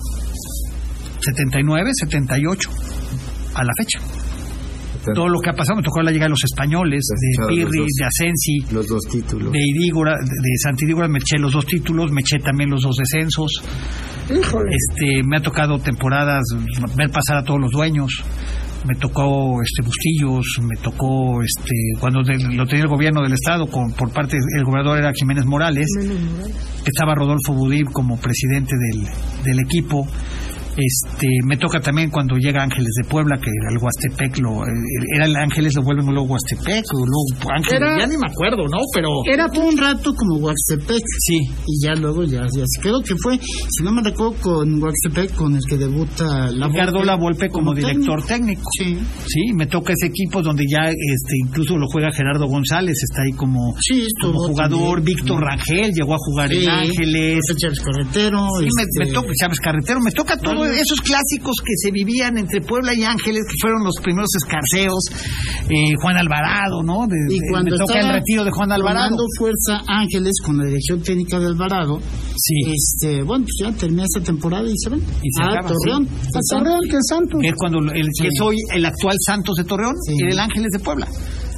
S4: 79, 78, a la fecha
S11: te-
S4: todo lo que ha pasado. Me tocó la llegada de los españoles,
S11: Has
S4: de
S11: escuchado Pues, los
S4: Pirri,
S11: dos.
S4: de Asensi,
S11: los dos títulos.
S4: de Idígora, de, de Santidígora. Me eché los dos títulos, me eché también los dos descensos. Este, me ha tocado temporadas, ver pasar a todos los dueños. Me tocó este Bustillos, me tocó este cuando del- lo tenía el gobierno del estado con, por parte el gobernador era Jiménez Morales, estaba Rodolfo Budib como presidente del, del equipo. Este, me toca también cuando llega Ángeles de Puebla, que el Huastepec lo, eh, era el Ángeles, lo vuelven luego Huastepec, o luego Ángeles,
S6: Era-
S4: ya ni me acuerdo, ¿no? Pero
S6: Era por un rato como Huaxtepec.
S4: sí,
S6: Y ya luego ya, ya se quedó que fue, si no me recuerdo, con Huaxtepec con el que debuta la
S4: Ricardo
S6: Volpe
S4: La Volpe como director técnico.
S6: Sí.
S4: Sí, me toca ese equipo donde ya este, incluso lo juega Gerardo González, está ahí como,
S6: Sí,
S4: como
S6: estuvo
S4: jugador,
S6: también.
S4: Víctor Rangel llegó a jugar
S6: Sí.
S4: en Ángeles.
S6: Charles Corretero.
S4: Sí, me,
S6: este,
S4: me toca Chávez Carretero, me toca todos esos clásicos que se vivían entre Puebla y Ángeles, que fueron los primeros escarceos, eh, Juan Alvarado, ¿no? De-
S6: Y
S4: de-
S6: cuando
S4: me toca
S6: estaba
S4: el retiro de Juan Alvarado.
S6: Dando fuerza Ángeles con la dirección técnica de Alvarado.
S4: Sí.
S6: Este, bueno, pues ya termina esta temporada y se van.
S4: Y se
S6: a
S4: acaba,
S6: Torreón.
S4: sí.
S6: A
S5: Torreón, que Santos.
S4: que es cuando el, el- que
S6: Sí.
S4: es hoy el actual Santos de Torreón
S6: Sí.
S4: y el Ángeles de Puebla.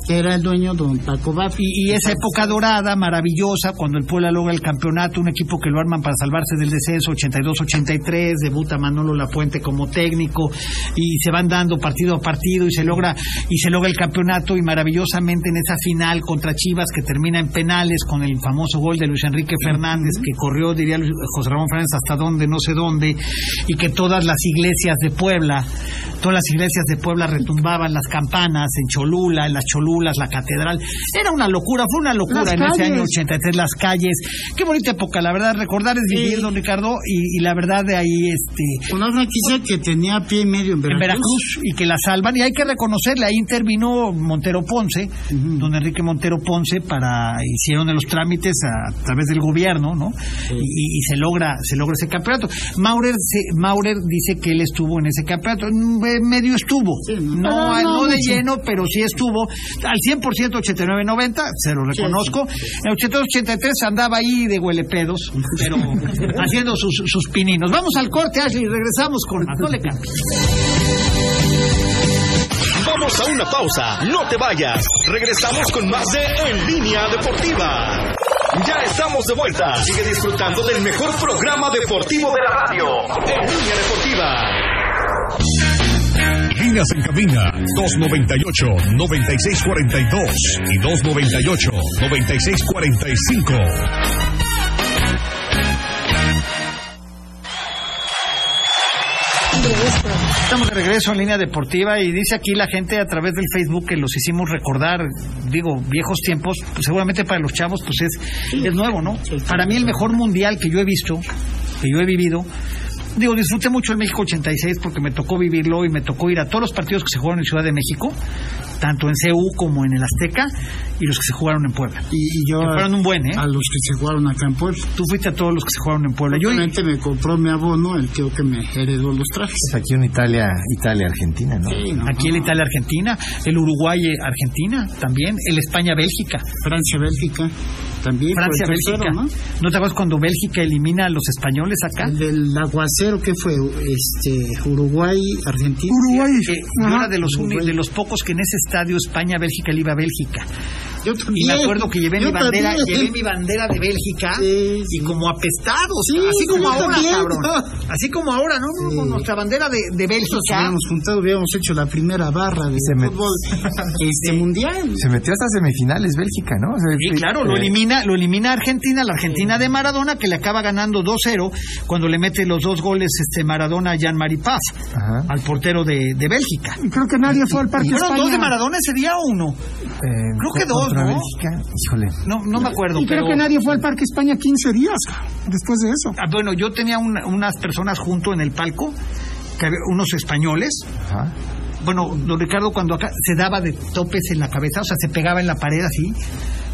S6: que era el dueño don Paco Bafi.
S4: Y, y esa época dorada, maravillosa, cuando el Puebla logra el campeonato, un equipo que lo arman para salvarse del descenso, 82-83, debuta Manolo Lapuente como técnico, y se van dando partido a partido, y se logra, y se logra el campeonato, y maravillosamente en esa final contra Chivas, que termina en penales con el famoso gol de Luis Enrique Fernández, que corrió, diría Luis- José Ramón Fernández, hasta dónde, no sé dónde, y que todas las iglesias de Puebla, todas las iglesias de Puebla retumbaban las campanas en Cholula, en las Cholulas, la catedral. Era una locura, fue una locura
S5: Las
S4: en ese año
S5: calles.
S4: 83, las calles. Qué bonita época, la verdad, recordar es vivir,
S6: Sí.
S4: don Ricardo, y, y la verdad de ahí, este,
S6: Una franquicia que tenía pie y medio en
S4: en
S6: Veracruz.
S4: Veracruz y que la salvan. Y hay que reconocerle, ahí intervino Montero Ponce, don Enrique Montero Ponce, para hicieron los trámites a, través del gobierno, ¿no? Y, y se logra se logra ese campeonato. Maurer, se- Maurer dice que él estuvo en ese campeonato, Mm, eh, medio estuvo,
S6: Sí,
S4: no,
S6: ¿no?
S4: no,
S6: Pero no
S4: de
S6: mucho.
S4: lleno, pero sí estuvo al 100% 89-90, se lo reconozco. En 82-83 andaba ahí de huelepedos,
S6: [LAUGHS]
S4: pero haciendo sus, sus pininos. Vamos al corte, Ashley, regresamos con más. No le cambies.
S3: Vamos a una pausa, no te vayas. Regresamos con más de En Línea Deportiva. Ya estamos de vuelta. Sigue disfrutando del mejor programa deportivo de la radio. En Línea Deportiva.
S2: Líneas en cabina 298-9642 y 298-9645.
S4: Estamos de regreso en línea deportiva y dice aquí la gente a través del Facebook que los hicimos recordar, digo, viejos tiempos, pues seguramente para los chavos pues es, es nuevo, ¿no? Para mí el mejor mundial que yo he visto, que yo he vivido, digo, disfruté mucho el México 86 porque me tocó vivirlo y me tocó ir a todos los partidos que se jugaron en Ciudad de México, tanto en CU como en el Azteca, y los que se jugaron en Puebla.
S6: Y, y yo.
S4: Que fueron un buen, ¿eh?
S6: A los que se jugaron acá en Puebla.
S4: Tú fuiste a todos los que se jugaron en Puebla. Yo,
S6: Obviamente me compró mi abono el tío que me heredó los trajes.
S11: Pues aquí en Italia, Italia, Argentina, ¿no?
S6: Sí, no,
S4: aquí el
S6: no.
S4: Italia Argentina, el Uruguay eh, Argentina también, el España Bélgica,
S6: Francia, Bélgica, también. fue
S4: Francia
S6: el tercero,
S4: Bélgica.
S6: ¿no?
S4: ¿No te acuerdas cuando Bélgica elimina a los españoles acá?
S6: El del aguacero que fue este Uruguay, Argentina.
S5: Uruguay.
S4: Que yo
S5: Ajá.
S4: era Eh, de los uni-
S6: Uruguay.
S4: de los pocos que en ese estadio España Bélgica le iba a Bélgica.
S6: Yo
S4: Y
S6: también.
S4: me acuerdo que llevé
S6: Yo
S4: mi bandera,
S6: también.
S4: llevé mi bandera de Bélgica
S6: Sí, sí.
S4: y como apestados,
S6: Sí,
S4: así
S6: sí,
S4: como
S6: yo
S4: ahora,
S6: también. Ah.
S4: cabrón. Así como ahora, ¿no?
S6: Sí.
S4: Con nuestra bandera de, de
S6: Nosotros
S4: Bélgica.
S6: hubiéramos juntado, hubiéramos hecho la primera barra de
S11: Se me-
S4: [LAUGHS]
S6: fútbol este mundial.
S11: Se metió hasta semifinales Bélgica, ¿no? O sea,
S4: Sí,
S11: eh,
S4: claro, lo
S11: eh,
S4: elimina, lo elimina Argentina, la Argentina de Maradona, que le acaba ganando 2-0 cuando le mete los dos goles este Maradona a Jean-Marie Paz,
S7: Ah.
S11: Ajá.
S4: al portero de, de Bélgica.
S5: Y creo que nadie fue al Parque
S4: ¿Fueron
S5: España.
S4: dos de Maradona ese día o uno?
S11: eh,
S4: Creo que dos,
S11: contra
S4: ¿no?
S11: Bélgica, híjole.
S4: No, no me acuerdo.
S5: y creo
S4: pero-
S5: que nadie fue al Parque España 15 días cabrón, después de eso.
S4: Ah, bueno, yo tenía una- unas personas junto en el palco, que había unos españoles.
S11: Ajá.
S4: Bueno, don Ricardo cuando acá se daba de topes en la cabeza, o sea, se pegaba en la pared así,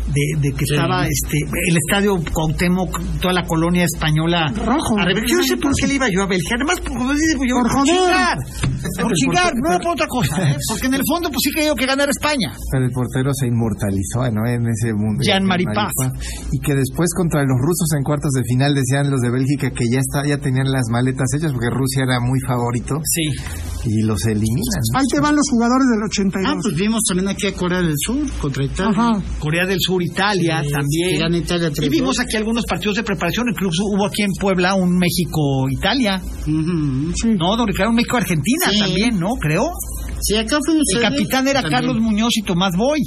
S4: de, de que estaba este el estadio Cuauhtémoc, toda la colonia española.
S5: Rojo.
S4: A rever- yo no sé por qué le iba yo a Bélgica, además por, como dice, pues, yo,
S5: Por
S4: por
S5: joder.
S4: chingar, por chingar, no por otra cosa,
S6: [LAUGHS]
S4: ¿eh? porque en el fondo pues sí que yo que ganar España.
S11: Pero el portero se inmortalizó, ¿no? En ese mundo. Jean-Marie
S4: Jean-Marie
S11: Paz. Y que después contra los rusos en cuartos de final decían los de Bélgica que ya está, ya tenían las maletas hechas porque Rusia era muy favorito
S4: Sí.
S11: y los eliminan.
S4: Ah,
S5: Ahí te van los jugadores del
S6: Ah,
S5: 82.
S6: pues vimos también aquí a Corea del Sur contra Italia.
S5: Ajá.
S4: Corea del Sur, Italia
S6: Sí,
S4: también.
S6: Eh, que gana Italia
S4: y
S6: 3-2.
S4: vimos aquí algunos partidos de preparación, incluso hubo aquí en Puebla un México-Italia.
S5: Mm.
S6: Ujú.
S5: Sí.
S4: No, don Ricardo, un México-Argentina
S6: Sí.
S4: también, ¿no? Creo.
S6: Sí, acá fue un
S4: El
S6: sede
S4: capitán era
S6: también.
S4: Carlos Muñoz y Tomás Boy.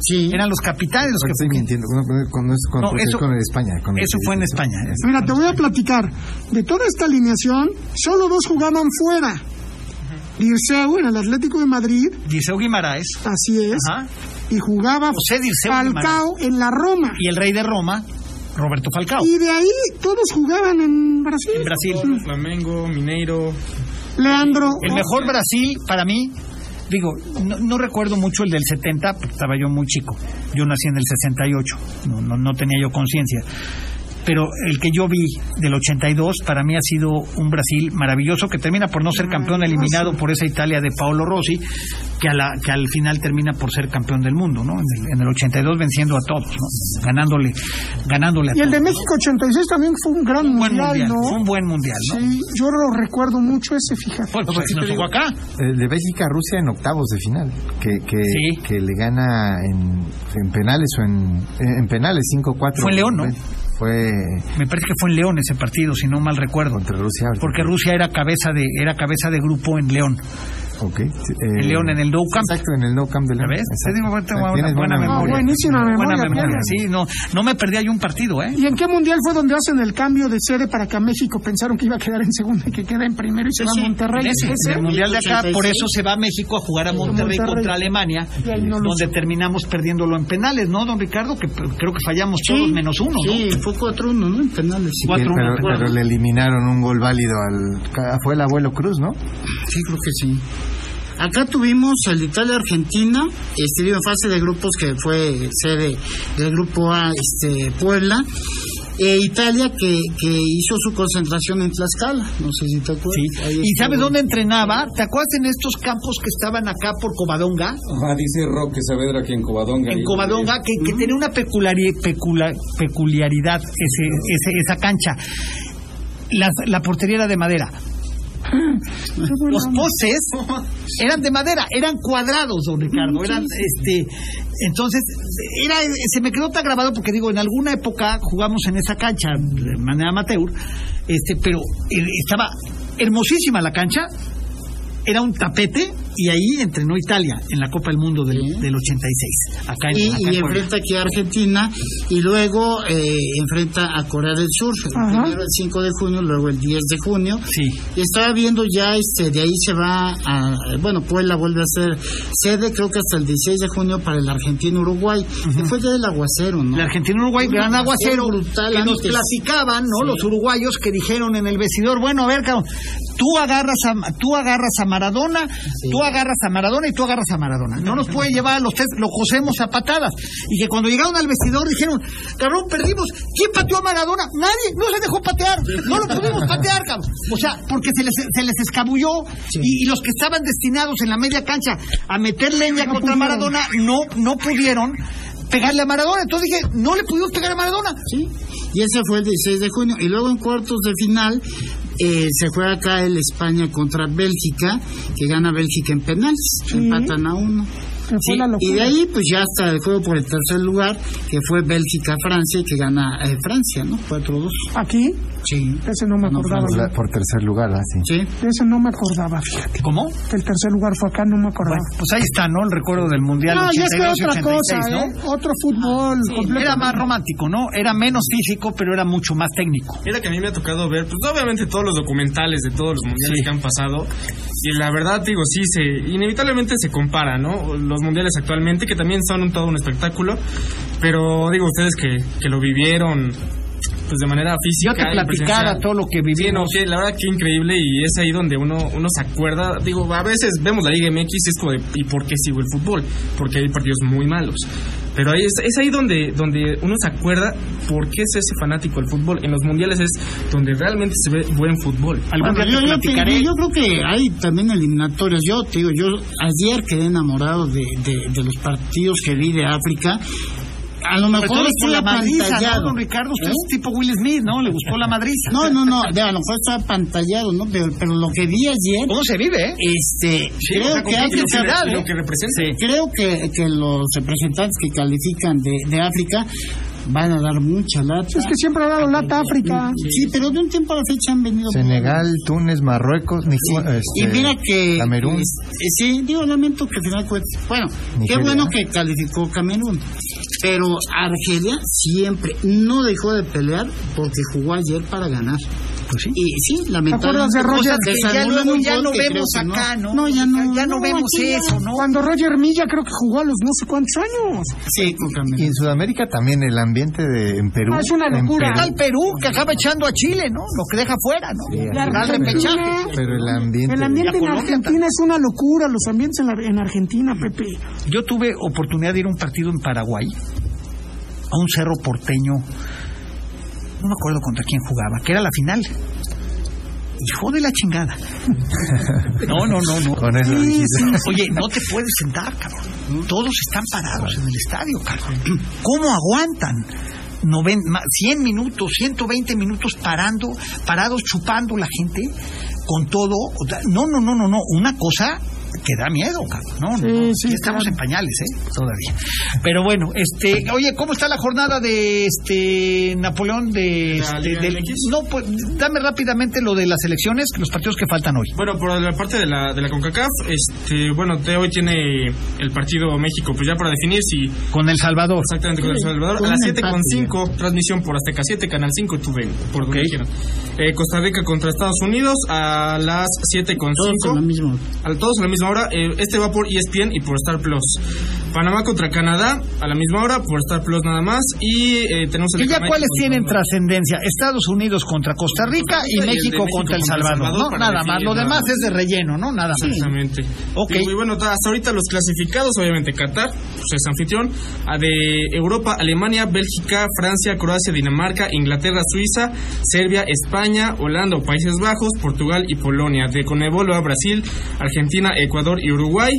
S6: Sí.
S4: Eran los capitanes los
S11: Ahorita estoy
S4: que...
S11: mintiendo, con, con, con, con-
S4: No,
S11: con-
S4: eso-
S11: con España. con-
S4: Eso fue en España. ¿eh?
S5: Mira, te voy a platicar. De toda esta alineación, solo dos jugaban fuera. Dirceu en el Atlético de Madrid,
S4: Dirceu Guimaraes.
S5: así es,
S4: Ajá.
S5: y jugaba
S4: José Dirceu Guimaraes.
S5: Falcao en la Roma.
S4: Y el rey de Roma, Roberto Falcao.
S5: Y de ahí todos jugaban en Brasil.
S4: En Brasil.
S8: Flamengo, Mineiro.
S5: Leandro.
S4: El mejor Brasil para mí... Digo, no, no recuerdo mucho el del 70, porque estaba yo muy chico. Yo nací en el 68, no, no, no tenía yo conciencia. Pero el que yo vi del 82 para mí ha sido un Brasil maravilloso que termina por no
S5: Mm,
S4: ser campeón eliminado por esa Italia de Paolo Rossi, que, a la, que al final termina por ser campeón del mundo, ¿no? En el, en el 82 venciendo a todos, ¿no? Ganándole, ganándole a
S5: Y el de
S4: todos.
S5: México 86 también fue un gran
S4: Fue un buen
S5: mundial,
S4: mundial,
S5: ¿no?
S4: fue un buen mundial, ¿no?
S5: Sí, yo lo recuerdo mucho ese, fíjate.
S4: Bueno, pues, nos tocó acá.
S11: Eh, de Bélgica a Rusia en octavos de final, que, que,
S4: Sí.
S11: que le gana en, en penales o en, eh, en en penales 5-4.
S4: Fue en León, ¿no?
S11: Fue
S4: Me parece que fue en León ese partido, si no mal recuerdo.
S11: contra Rusia. ahorita.
S4: Porque Rusia era cabeza de era cabeza de grupo en León.
S11: Ok. sí, eh,
S4: En León, en el Nou Camp.
S11: Exacto, en el No Camp de León.
S4: ¿Sabes? Te
S11: Exacto.
S4: digo, bueno, tengo
S11: Ah,
S4: una
S11: tienes
S4: buena
S5: Ah,
S4: memoria.
S5: buenísima memoria.
S4: Buena memoria,
S5: Pierre.
S4: sí, no, no me perdí ahí un partido, ¿eh?
S5: ¿Y en qué mundial fue donde hacen el cambio de sede para que a México pensaron que iba a quedar en segundo y que queda en primero y se va a Monterrey?
S4: Ese,
S5: Ese.
S4: en el Mundial de acá,
S6: 86.
S4: por eso se va a México a jugar a Monterrey,
S5: Monterrey.
S4: contra Alemania,
S5: Y ahí no lo
S4: donde
S5: hizo.
S4: terminamos perdiéndolo en penales, ¿no, don Ricardo? Que p- creo que fallamos
S6: Sí.
S4: todos menos uno, ¿no?
S6: Sí, fue 4-1, ¿no? En penales.
S11: Sí,
S4: Cuatro,
S11: pero,
S4: me acuerdo.
S11: pero le eliminaron un gol válido al... ca- Fue el abuelo Cruz, ¿no?
S6: Sí, creo que sí. Acá tuvimos el de Italia-Argentina, este, digo, en fase de grupos que fue sede del grupo A, este, Puebla. E Italia que, que hizo su concentración en Tlaxcala, no sé si te acuerdas.
S4: Sí.
S6: Ahí
S4: ¿Y
S6: estuvo.
S4: sabes dónde entrenaba? ¿Te acuerdas en estos campos que estaban acá por Covadonga?
S12: Ah, dice Roque Saavedra que en Covadonga.
S4: en
S12: ahí-
S4: Covadonga, que, que tenía una peculari- pecula- peculiaridad ese, ese- esa cancha. Las- la portería era de madera. Los postes
S6: [LAUGHS]
S4: eran de madera, eran cuadrados, don Ricardo. Eran, este, entonces, era, se me quedó tan grabado porque digo, en alguna época jugamos en esa cancha de manera amateur, este, pero eh, estaba hermosísima la cancha, era un tapete y ahí entrenó Italia en la Copa del Mundo del, del 86. Acá en, acá
S6: Y, y
S4: en Puebla.
S6: enfrenta aquí a Argentina y luego eh, enfrenta a Corea del Sur, el
S5: Ajá.
S6: primero el 5 de junio, luego el 10 de junio.
S4: Sí.
S6: Y estaba viendo ya, este, de ahí se va a, bueno, Puebla vuelve a ser sede, creo que hasta el 16 de junio para el Argentino-Uruguay, que fue ya del aguacero, ¿no?
S4: El argentino-uruguay,
S6: Un
S4: gran aguacero,
S6: brutal
S4: que nos
S6: antes.
S4: platicaban, ¿no? Los uruguayos que dijeron en el vestidor, bueno, a ver, cabrón, tú agarras a, tú agarras a Maradona, tú agarras a Maradona y tú agarras a Maradona. No nos puede llevar a los tres, lo cosemos a patadas. Y que cuando llegaron al vestidor dijeron, cabrón, perdimos. ¿Quién pateó a Maradona? Nadie, no se dejó patear. No lo pudimos patear, cabrón. O sea, porque se les, se les escabulló y, y los que estaban destinados en la media cancha a meter leña contra Maradona no, no pudieron pegarle a Maradona. Entonces dije, no le pudimos pegar a Maradona.
S6: Sí. Y ese fue el 16 de junio. Y luego en cuartos de final eh, se juega acá el España contra Bélgica, que gana Bélgica en penales. Empatan a uno.
S5: Que fue
S6: Sí,
S5: la
S6: y
S5: locura.
S6: de ahí pues ya hasta el juego por el tercer lugar que fue Bélgica-Francia que gana eh, Francia, ¿no? 4-2.
S5: ¿Aquí?
S6: Sí.
S5: Ese no me acordaba.
S11: Por, la- por tercer lugar, ah, así.
S5: De eso no me acordaba, fíjate.
S4: ¿Cómo?
S5: Que el tercer lugar fue acá, no me acordaba.
S4: Pues ahí está, ¿no? El recuerdo del Mundial
S5: no, ya es que
S4: 82,
S5: otra
S4: 86,
S5: cosa,
S4: ¿no?
S5: ¿eh? Otro fútbol. completo.
S4: Era más romántico, ¿no? Era menos físico, pero era mucho más técnico.
S8: Mira que a mí me ha tocado ver, pues obviamente todos los documentales de todos los mundiales que han pasado. Y la verdad, digo, sí, se, inevitablemente se compara, ¿no? Los mundiales actualmente, que también son un, todo un espectáculo. Pero digo, ustedes que, que lo vivieron, pues de manera física.
S4: Yo te
S8: y
S4: platicara
S8: presencial.
S4: todo lo que
S8: Sí, no,
S4: vivimos.
S8: que la verdad que increíble y es ahí donde uno, uno se acuerda. Digo, a veces vemos la Liga MX y es como de, ¿y por qué sigo el fútbol? Porque hay partidos muy malos. Pero ahí es, es ahí donde, donde uno se acuerda por qué es ese fanático del fútbol. En los mundiales es donde realmente se ve buen fútbol.
S6: Bueno, yo, yo te- yo creo que hay también eliminatorias. Yo te digo, yo ayer quedé enamorado de, de- de los partidos que vi de África. A lo
S4: Sobre todo
S6: mejor
S4: por
S6: estoy
S4: la madriza, ¿no,
S6: apantallado.
S4: don Ricardo? Usted
S6: ¿Eh?
S4: es tipo Will Smith, ¿no? Le gustó la madriza.
S6: No, no, no, de- a lo mejor estaba apantallado, ¿no? Pero, pero lo que vi ayer,
S4: ¿Cómo se vive, eh?
S6: este, creo que hay que saber-
S8: lo que representa.
S6: creo que, que los representantes que califican de, de África van a dar mucha lata.
S5: Es que siempre ha dado lata a África.
S6: Sí, pero de un tiempo a la fecha han venido.
S11: Senegal, Túnez, Marruecos, Nic- este,
S6: y mira que.
S11: Camerún.
S6: es- eh, sí, digo, lamento que al final cuenta. Bueno,
S11: Nigeria.
S6: qué bueno que calificó Camerún. Pero Argelia siempre no dejó de pelear porque jugó ayer para ganar.
S11: Pues
S6: Y sí,
S5: acuerdas
S6: lamentablemente.
S5: de Roger?
S6: cosas
S5: Que ya
S6: salieron
S5: luego
S6: un
S5: ya
S6: gol
S5: no
S6: que creo
S5: vemos
S6: que no.
S5: acá, ¿no?
S6: No, ya no.
S5: Ya no vemos
S6: aquí ya
S5: eso, ¿no? Cuando Roger Milla creo que jugó a los no sé cuántos años.
S6: Sí, con Camerún.
S11: Y en Sudamérica también el ambiente de, en Perú.
S5: Ah, es una
S11: en
S5: locura.
S11: Perú,
S4: Al Perú, que acaba echando a Chile, ¿no? Lo que deja fuera, ¿no?
S11: sí,
S5: Claro,
S4: Da el
S5: pero-
S4: repechaje.
S11: Pero el ambiente.
S5: El ambiente
S4: Y a
S5: en
S4: Colombia
S5: Argentina es una locura, los ambientes en, la- en Argentina, Pepe.
S4: Yo tuve oportunidad de ir a un partido en Paraguay, a un cerro porteño, no me acuerdo contra quién jugaba, que era la final. Hijo de la chingada. No, no, no, no.
S11: Con eso dijiste.
S4: Oye, no te puedes sentar, cabrón. Todos están parados en el estadio, cabrón. ¿Cómo aguantan? Noven- ma- 100 minutos, 120 minutos parando, parados chupando la gente con todo. O sea, No, no, no, no, no. Una cosa que da miedo, cabrón. No, no, no.
S5: sí,
S4: Ya estamos en pañales, ¿eh? Todavía. Pero bueno, este, oye, ¿cómo está la jornada de este Napoleón de,
S8: ¿La
S4: este,
S8: Liga
S4: del-
S8: MX?
S4: no, pues dame rápidamente lo de las elecciones, los partidos que faltan hoy.
S8: Bueno, por la parte de la, de la CONCACAF, este, bueno, de hoy tiene el partido México, pues ya para definir si
S4: Con El Salvador.
S8: Exactamente, con El Salvador.
S6: Con
S8: A las
S6: un
S8: 7 con
S6: empate,
S8: 5, transmisión por Azteca 7, Canal 5 y Tuve, por donde quieran. Eh, Costa Rica contra Estados Unidos a las 7 con
S6: Todos con
S8: 5.
S6: lo mismo.
S8: A todos a la misma hora. eh, este va por ESPN y por Star Plus. Panamá contra Canadá a la misma hora, por Star Plus nada más. Y eh, tenemos el.
S4: Que
S8: de
S4: ya
S8: Jamaica
S4: cuáles
S8: contra
S4: tienen
S8: Honduras.
S4: trascendencia, Estados Unidos contra Costa Rica y
S8: Pues, Y el de
S4: México
S8: México
S4: contra El
S8: contra El
S4: Salvador,
S8: Salvador
S4: ¿no?
S8: para
S4: Nada más,
S8: definir
S4: lo
S8: nada
S4: demás
S8: más.
S4: es de relleno, ¿no? Nada más.
S8: Exactamente.
S4: Ok.
S8: Y bueno, hasta ahorita los clasificados, obviamente Qatar, pues es anfitrión, a de Europa, Alemania, Bélgica, Francia, Croacia, Dinamarca, Inglaterra, Suiza, Serbia, España, Holanda, Países Bajos, Portugal y Polonia. De Conebolo a Brasil, Argentina, Ecuador y Uruguay.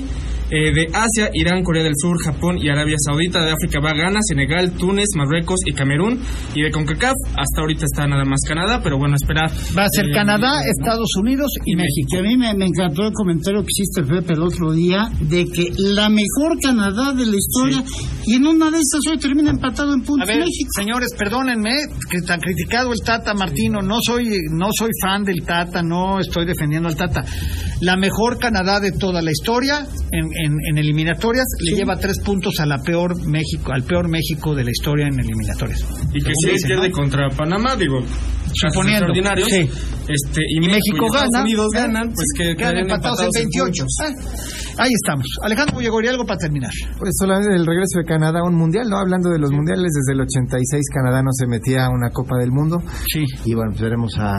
S8: Eh, de Asia, Irán, Corea del Sur, Japón y Arabia Saudita. De África va Ghana, Senegal, Túnez, Marruecos y Camerún. Y de CONCACAF, hasta ahorita está nada más Canadá, pero bueno, esperar.
S4: Va a ser
S8: Eh,
S4: Canadá, Estados Unidos y México.
S6: Que a mí me, me encantó el comentario que hiciste, Pepe, el otro día, de que la mejor Canadá de la historia, y en una de esas hoy termina empatado en
S4: A
S6: puntos
S4: ver,
S6: México.
S4: señores, perdónenme, que tan criticado el Tata Martino, no soy no soy fan del Tata, no estoy defendiendo al Tata. La mejor Canadá de toda la historia en, en- en eliminatorias le lleva tres puntos a la peor México, al peor México de la historia en eliminatorias.
S8: y que
S4: Según
S8: si hoy
S4: dicen,
S8: pierde
S4: ¿no?
S8: contra Panamá, digo, casos
S4: Suponiendo,
S8: extraordinarios,
S4: sí.
S8: este, y,
S4: México
S8: y Estados
S4: gana,
S8: Unidos
S4: ¿eh?
S8: ganan, pues que
S4: Quedan empatados en 28. Ah, ahí estamos. Alejandro Bullegori, algo para terminar.
S11: Pues solamente el regreso de Canadá a un mundial, ¿no? Hablando de los mundiales, desde el 86 Canadá no se metía a una Copa del Mundo.
S4: Sí.
S11: Y bueno, pues veremos a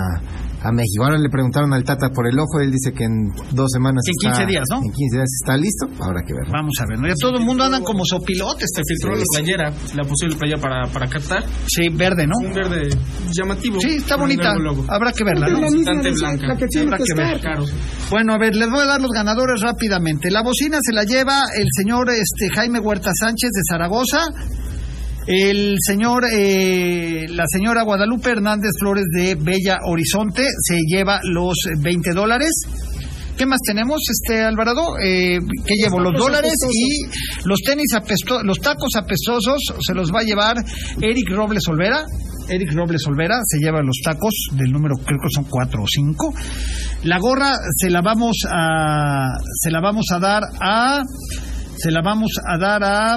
S11: a México. Ahora le preguntaron al Tata por el ojo, él dice que en dos semanas.
S4: En
S11: está-
S4: 15 días, ¿no?
S11: En 15 días está listo, habrá que ver.
S4: Vamos a ver, ¿no? Ya todo el mundo andan como sopilotes.
S8: Se filtró la playera, la posible playera para, para Qatar.
S4: Sí, verde, ¿no?
S8: Un verde llamativo.
S4: Sí, está
S8: Con el
S4: bonita.
S8: nuevo logo.
S4: Habrá que verla, ¿no?
S8: Bastante blanca. Habrá que ver. Caro.
S4: Bueno, a ver, les voy a dar los ganadores rápidamente. La bocina se la lleva el señor este, Jaime Huerta Sánchez de Zaragoza, el señor, eh, la señora Guadalupe Hernández Flores de Bella Horizonte se lleva los eh, 20 dólares. ¿Qué más tenemos, este Alvarado? Eh, ¿Qué llevo? Los
S13: tacos
S4: dólares
S13: apestosos.
S4: y los tenis apestosos, los tacos apestosos se los va a llevar Eric Robles Olvera. Eric Robles Olvera se lleva los tacos del número, creo que son cuatro o cinco. La gorra se la vamos a, se la vamos a dar a, se la vamos a dar a,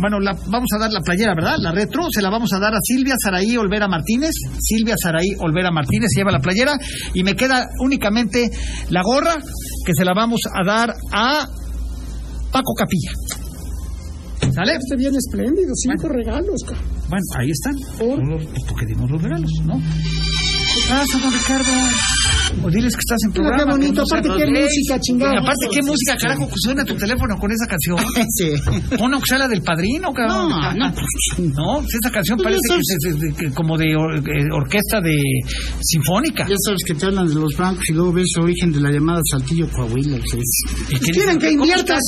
S4: bueno, la, vamos a dar la playera, ¿verdad? La retro, se la vamos a dar a Silvia Saraí Olvera Martínez. Silvia Saraí Olvera Martínez lleva la playera y me queda únicamente la gorra que se la vamos a dar a Paco Capilla. ¿Sale?
S5: Este bien espléndido, cinco regalos. ca-
S4: Bueno, ahí están. Unos, pues, porque dimos los regalos, ¿no? ¿Qué
S5: Ah,
S4: pasa, don Ricardo? O diles que estás en
S5: Mira,
S4: programa.
S5: qué bonito,
S4: que no
S5: aparte
S4: sean
S5: qué
S4: los gays.
S5: música, chingada.
S4: Aparte qué música, carajo, que suena tu teléfono con
S5: [LAUGHS]
S4: esa canción. sí. Pon que sea la del padrino, cabrón.
S5: No, no.
S4: [LAUGHS] No, pues esa canción parece que es de- de- que como de or- eh, orquesta de sinfónica.
S6: Ya sabes que te hablan de los bancos y luego ves origen de la llamada Saltillo Coahuila. que
S4: ¿Y
S6: es-
S4: qué
S5: Pues Quieren que inviertas.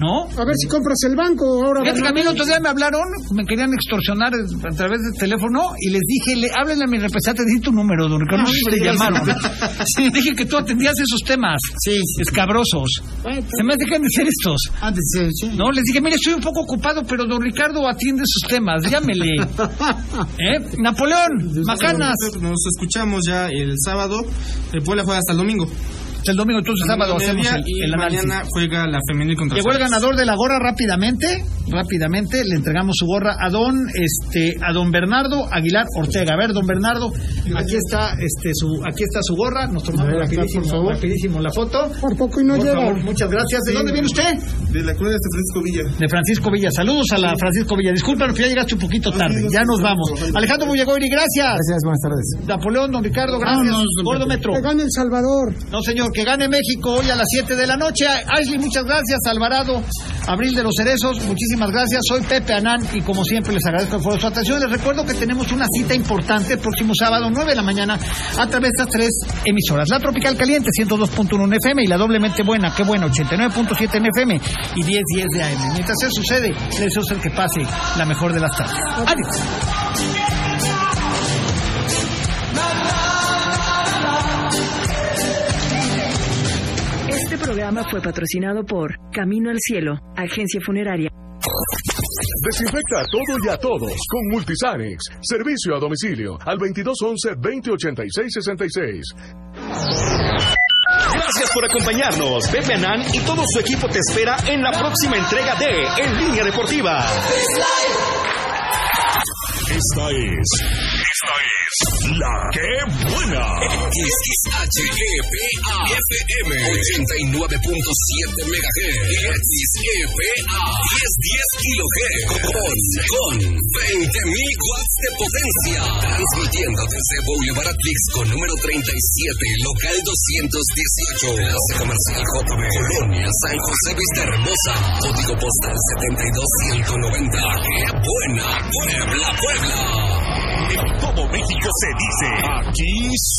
S4: ¿No?
S5: A ver si compras el banco ahora.
S4: Fíjate que a mí el
S5: Bernardo.
S4: otro día me hablaron, me querían extorsionar a través del teléfono y les dije, le, háblenle a mi representante, di tu número, don Ricardo.
S6: Ah,
S4: y le
S6: sí,
S4: llamaron.
S6: sí.
S4: Les dije que tú atendías esos temas escabrosos. Se me dejan de ser estos.
S6: Antes, sí, sí.
S4: No, les dije, mire, estoy un poco ocupado, pero don Ricardo atiende sus temas, llámele. ¿Eh? Napoleón, Macanas.
S8: Nos escuchamos ya el sábado. El Puebla juega hasta el domingo.
S4: El domingo, entonces sábado hacemos
S8: mediodía
S4: el,
S8: y
S4: el análisis.
S8: mañana juega la femenil contra
S4: Llegó el
S8: Santos.
S4: ganador de la gorra rápidamente, rápidamente le entregamos su gorra a don este a don Bernardo Aguilar Ortega. A ver, don Bernardo, aquí está este su aquí está su gorra, nos tomamos
S6: ver, acá,
S4: rapidísimo,
S6: por favor.
S4: rapidísimo la foto.
S5: Por poco y no
S4: Por
S5: llega.
S4: favor, muchas gracias. ¿De dónde viene usted?
S14: De la colonia de Francisco Villa.
S4: De Francisco Villa. Saludos a la Francisco Villa. Disculpen, ya llegaste un poquito tarde. Ya nos vamos. Alejandro Bullagoiri, gracias.
S11: Gracias, buenas tardes.
S4: Napoleón, don Ricardo, gracias.
S6: Vámonos, don
S4: Gordo Metro.
S5: Que gane El Salvador.
S4: No, señor, que gane México hoy a las 7 de la noche. Ashley, muchas gracias. Alvarado, Abril de los Cerezos, muchísimas gracias. Soy Pepe Anán y como siempre les agradezco por su atención. Les recuerdo que tenemos una cita importante el próximo sábado, 9 de la mañana, a través de estas tres emisoras. La Tropical Caliente, 102.1 en FM y la Doblemente Buena, qué bueno, 89.7 en FM y 10.10 de AM. Mientras eso sucede, les deseo a usted que pase la mejor de las tardes. Adiós.
S1: Este programa fue patrocinado por Camino al Cielo, agencia funeraria.
S2: Desinfecta todo y a todos con Multisanex. Servicio a domicilio al 2211-2086-66.
S3: Gracias por acompañarnos. Pepe Anán y todo su equipo te espera en la próxima entrega de En Línea Deportiva.
S15: Esta es. Esta es. La que
S16: [LAUGHS]
S15: buena. XHEPA-FM 89.7 MHz. XEPA 1010 kg. Con, con 20.000 watts de potencia. Transmitiendo desde Boulevard Atlix con número 37, local 218. Plaza Comercial JB. Colonia San José Vista Hermosa. Código postal 72190. ¡Qué buena! Puebla, Puebla. En todo México se dice, aquí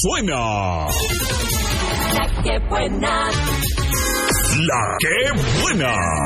S15: suena.
S16: La que buena.
S15: La que buena.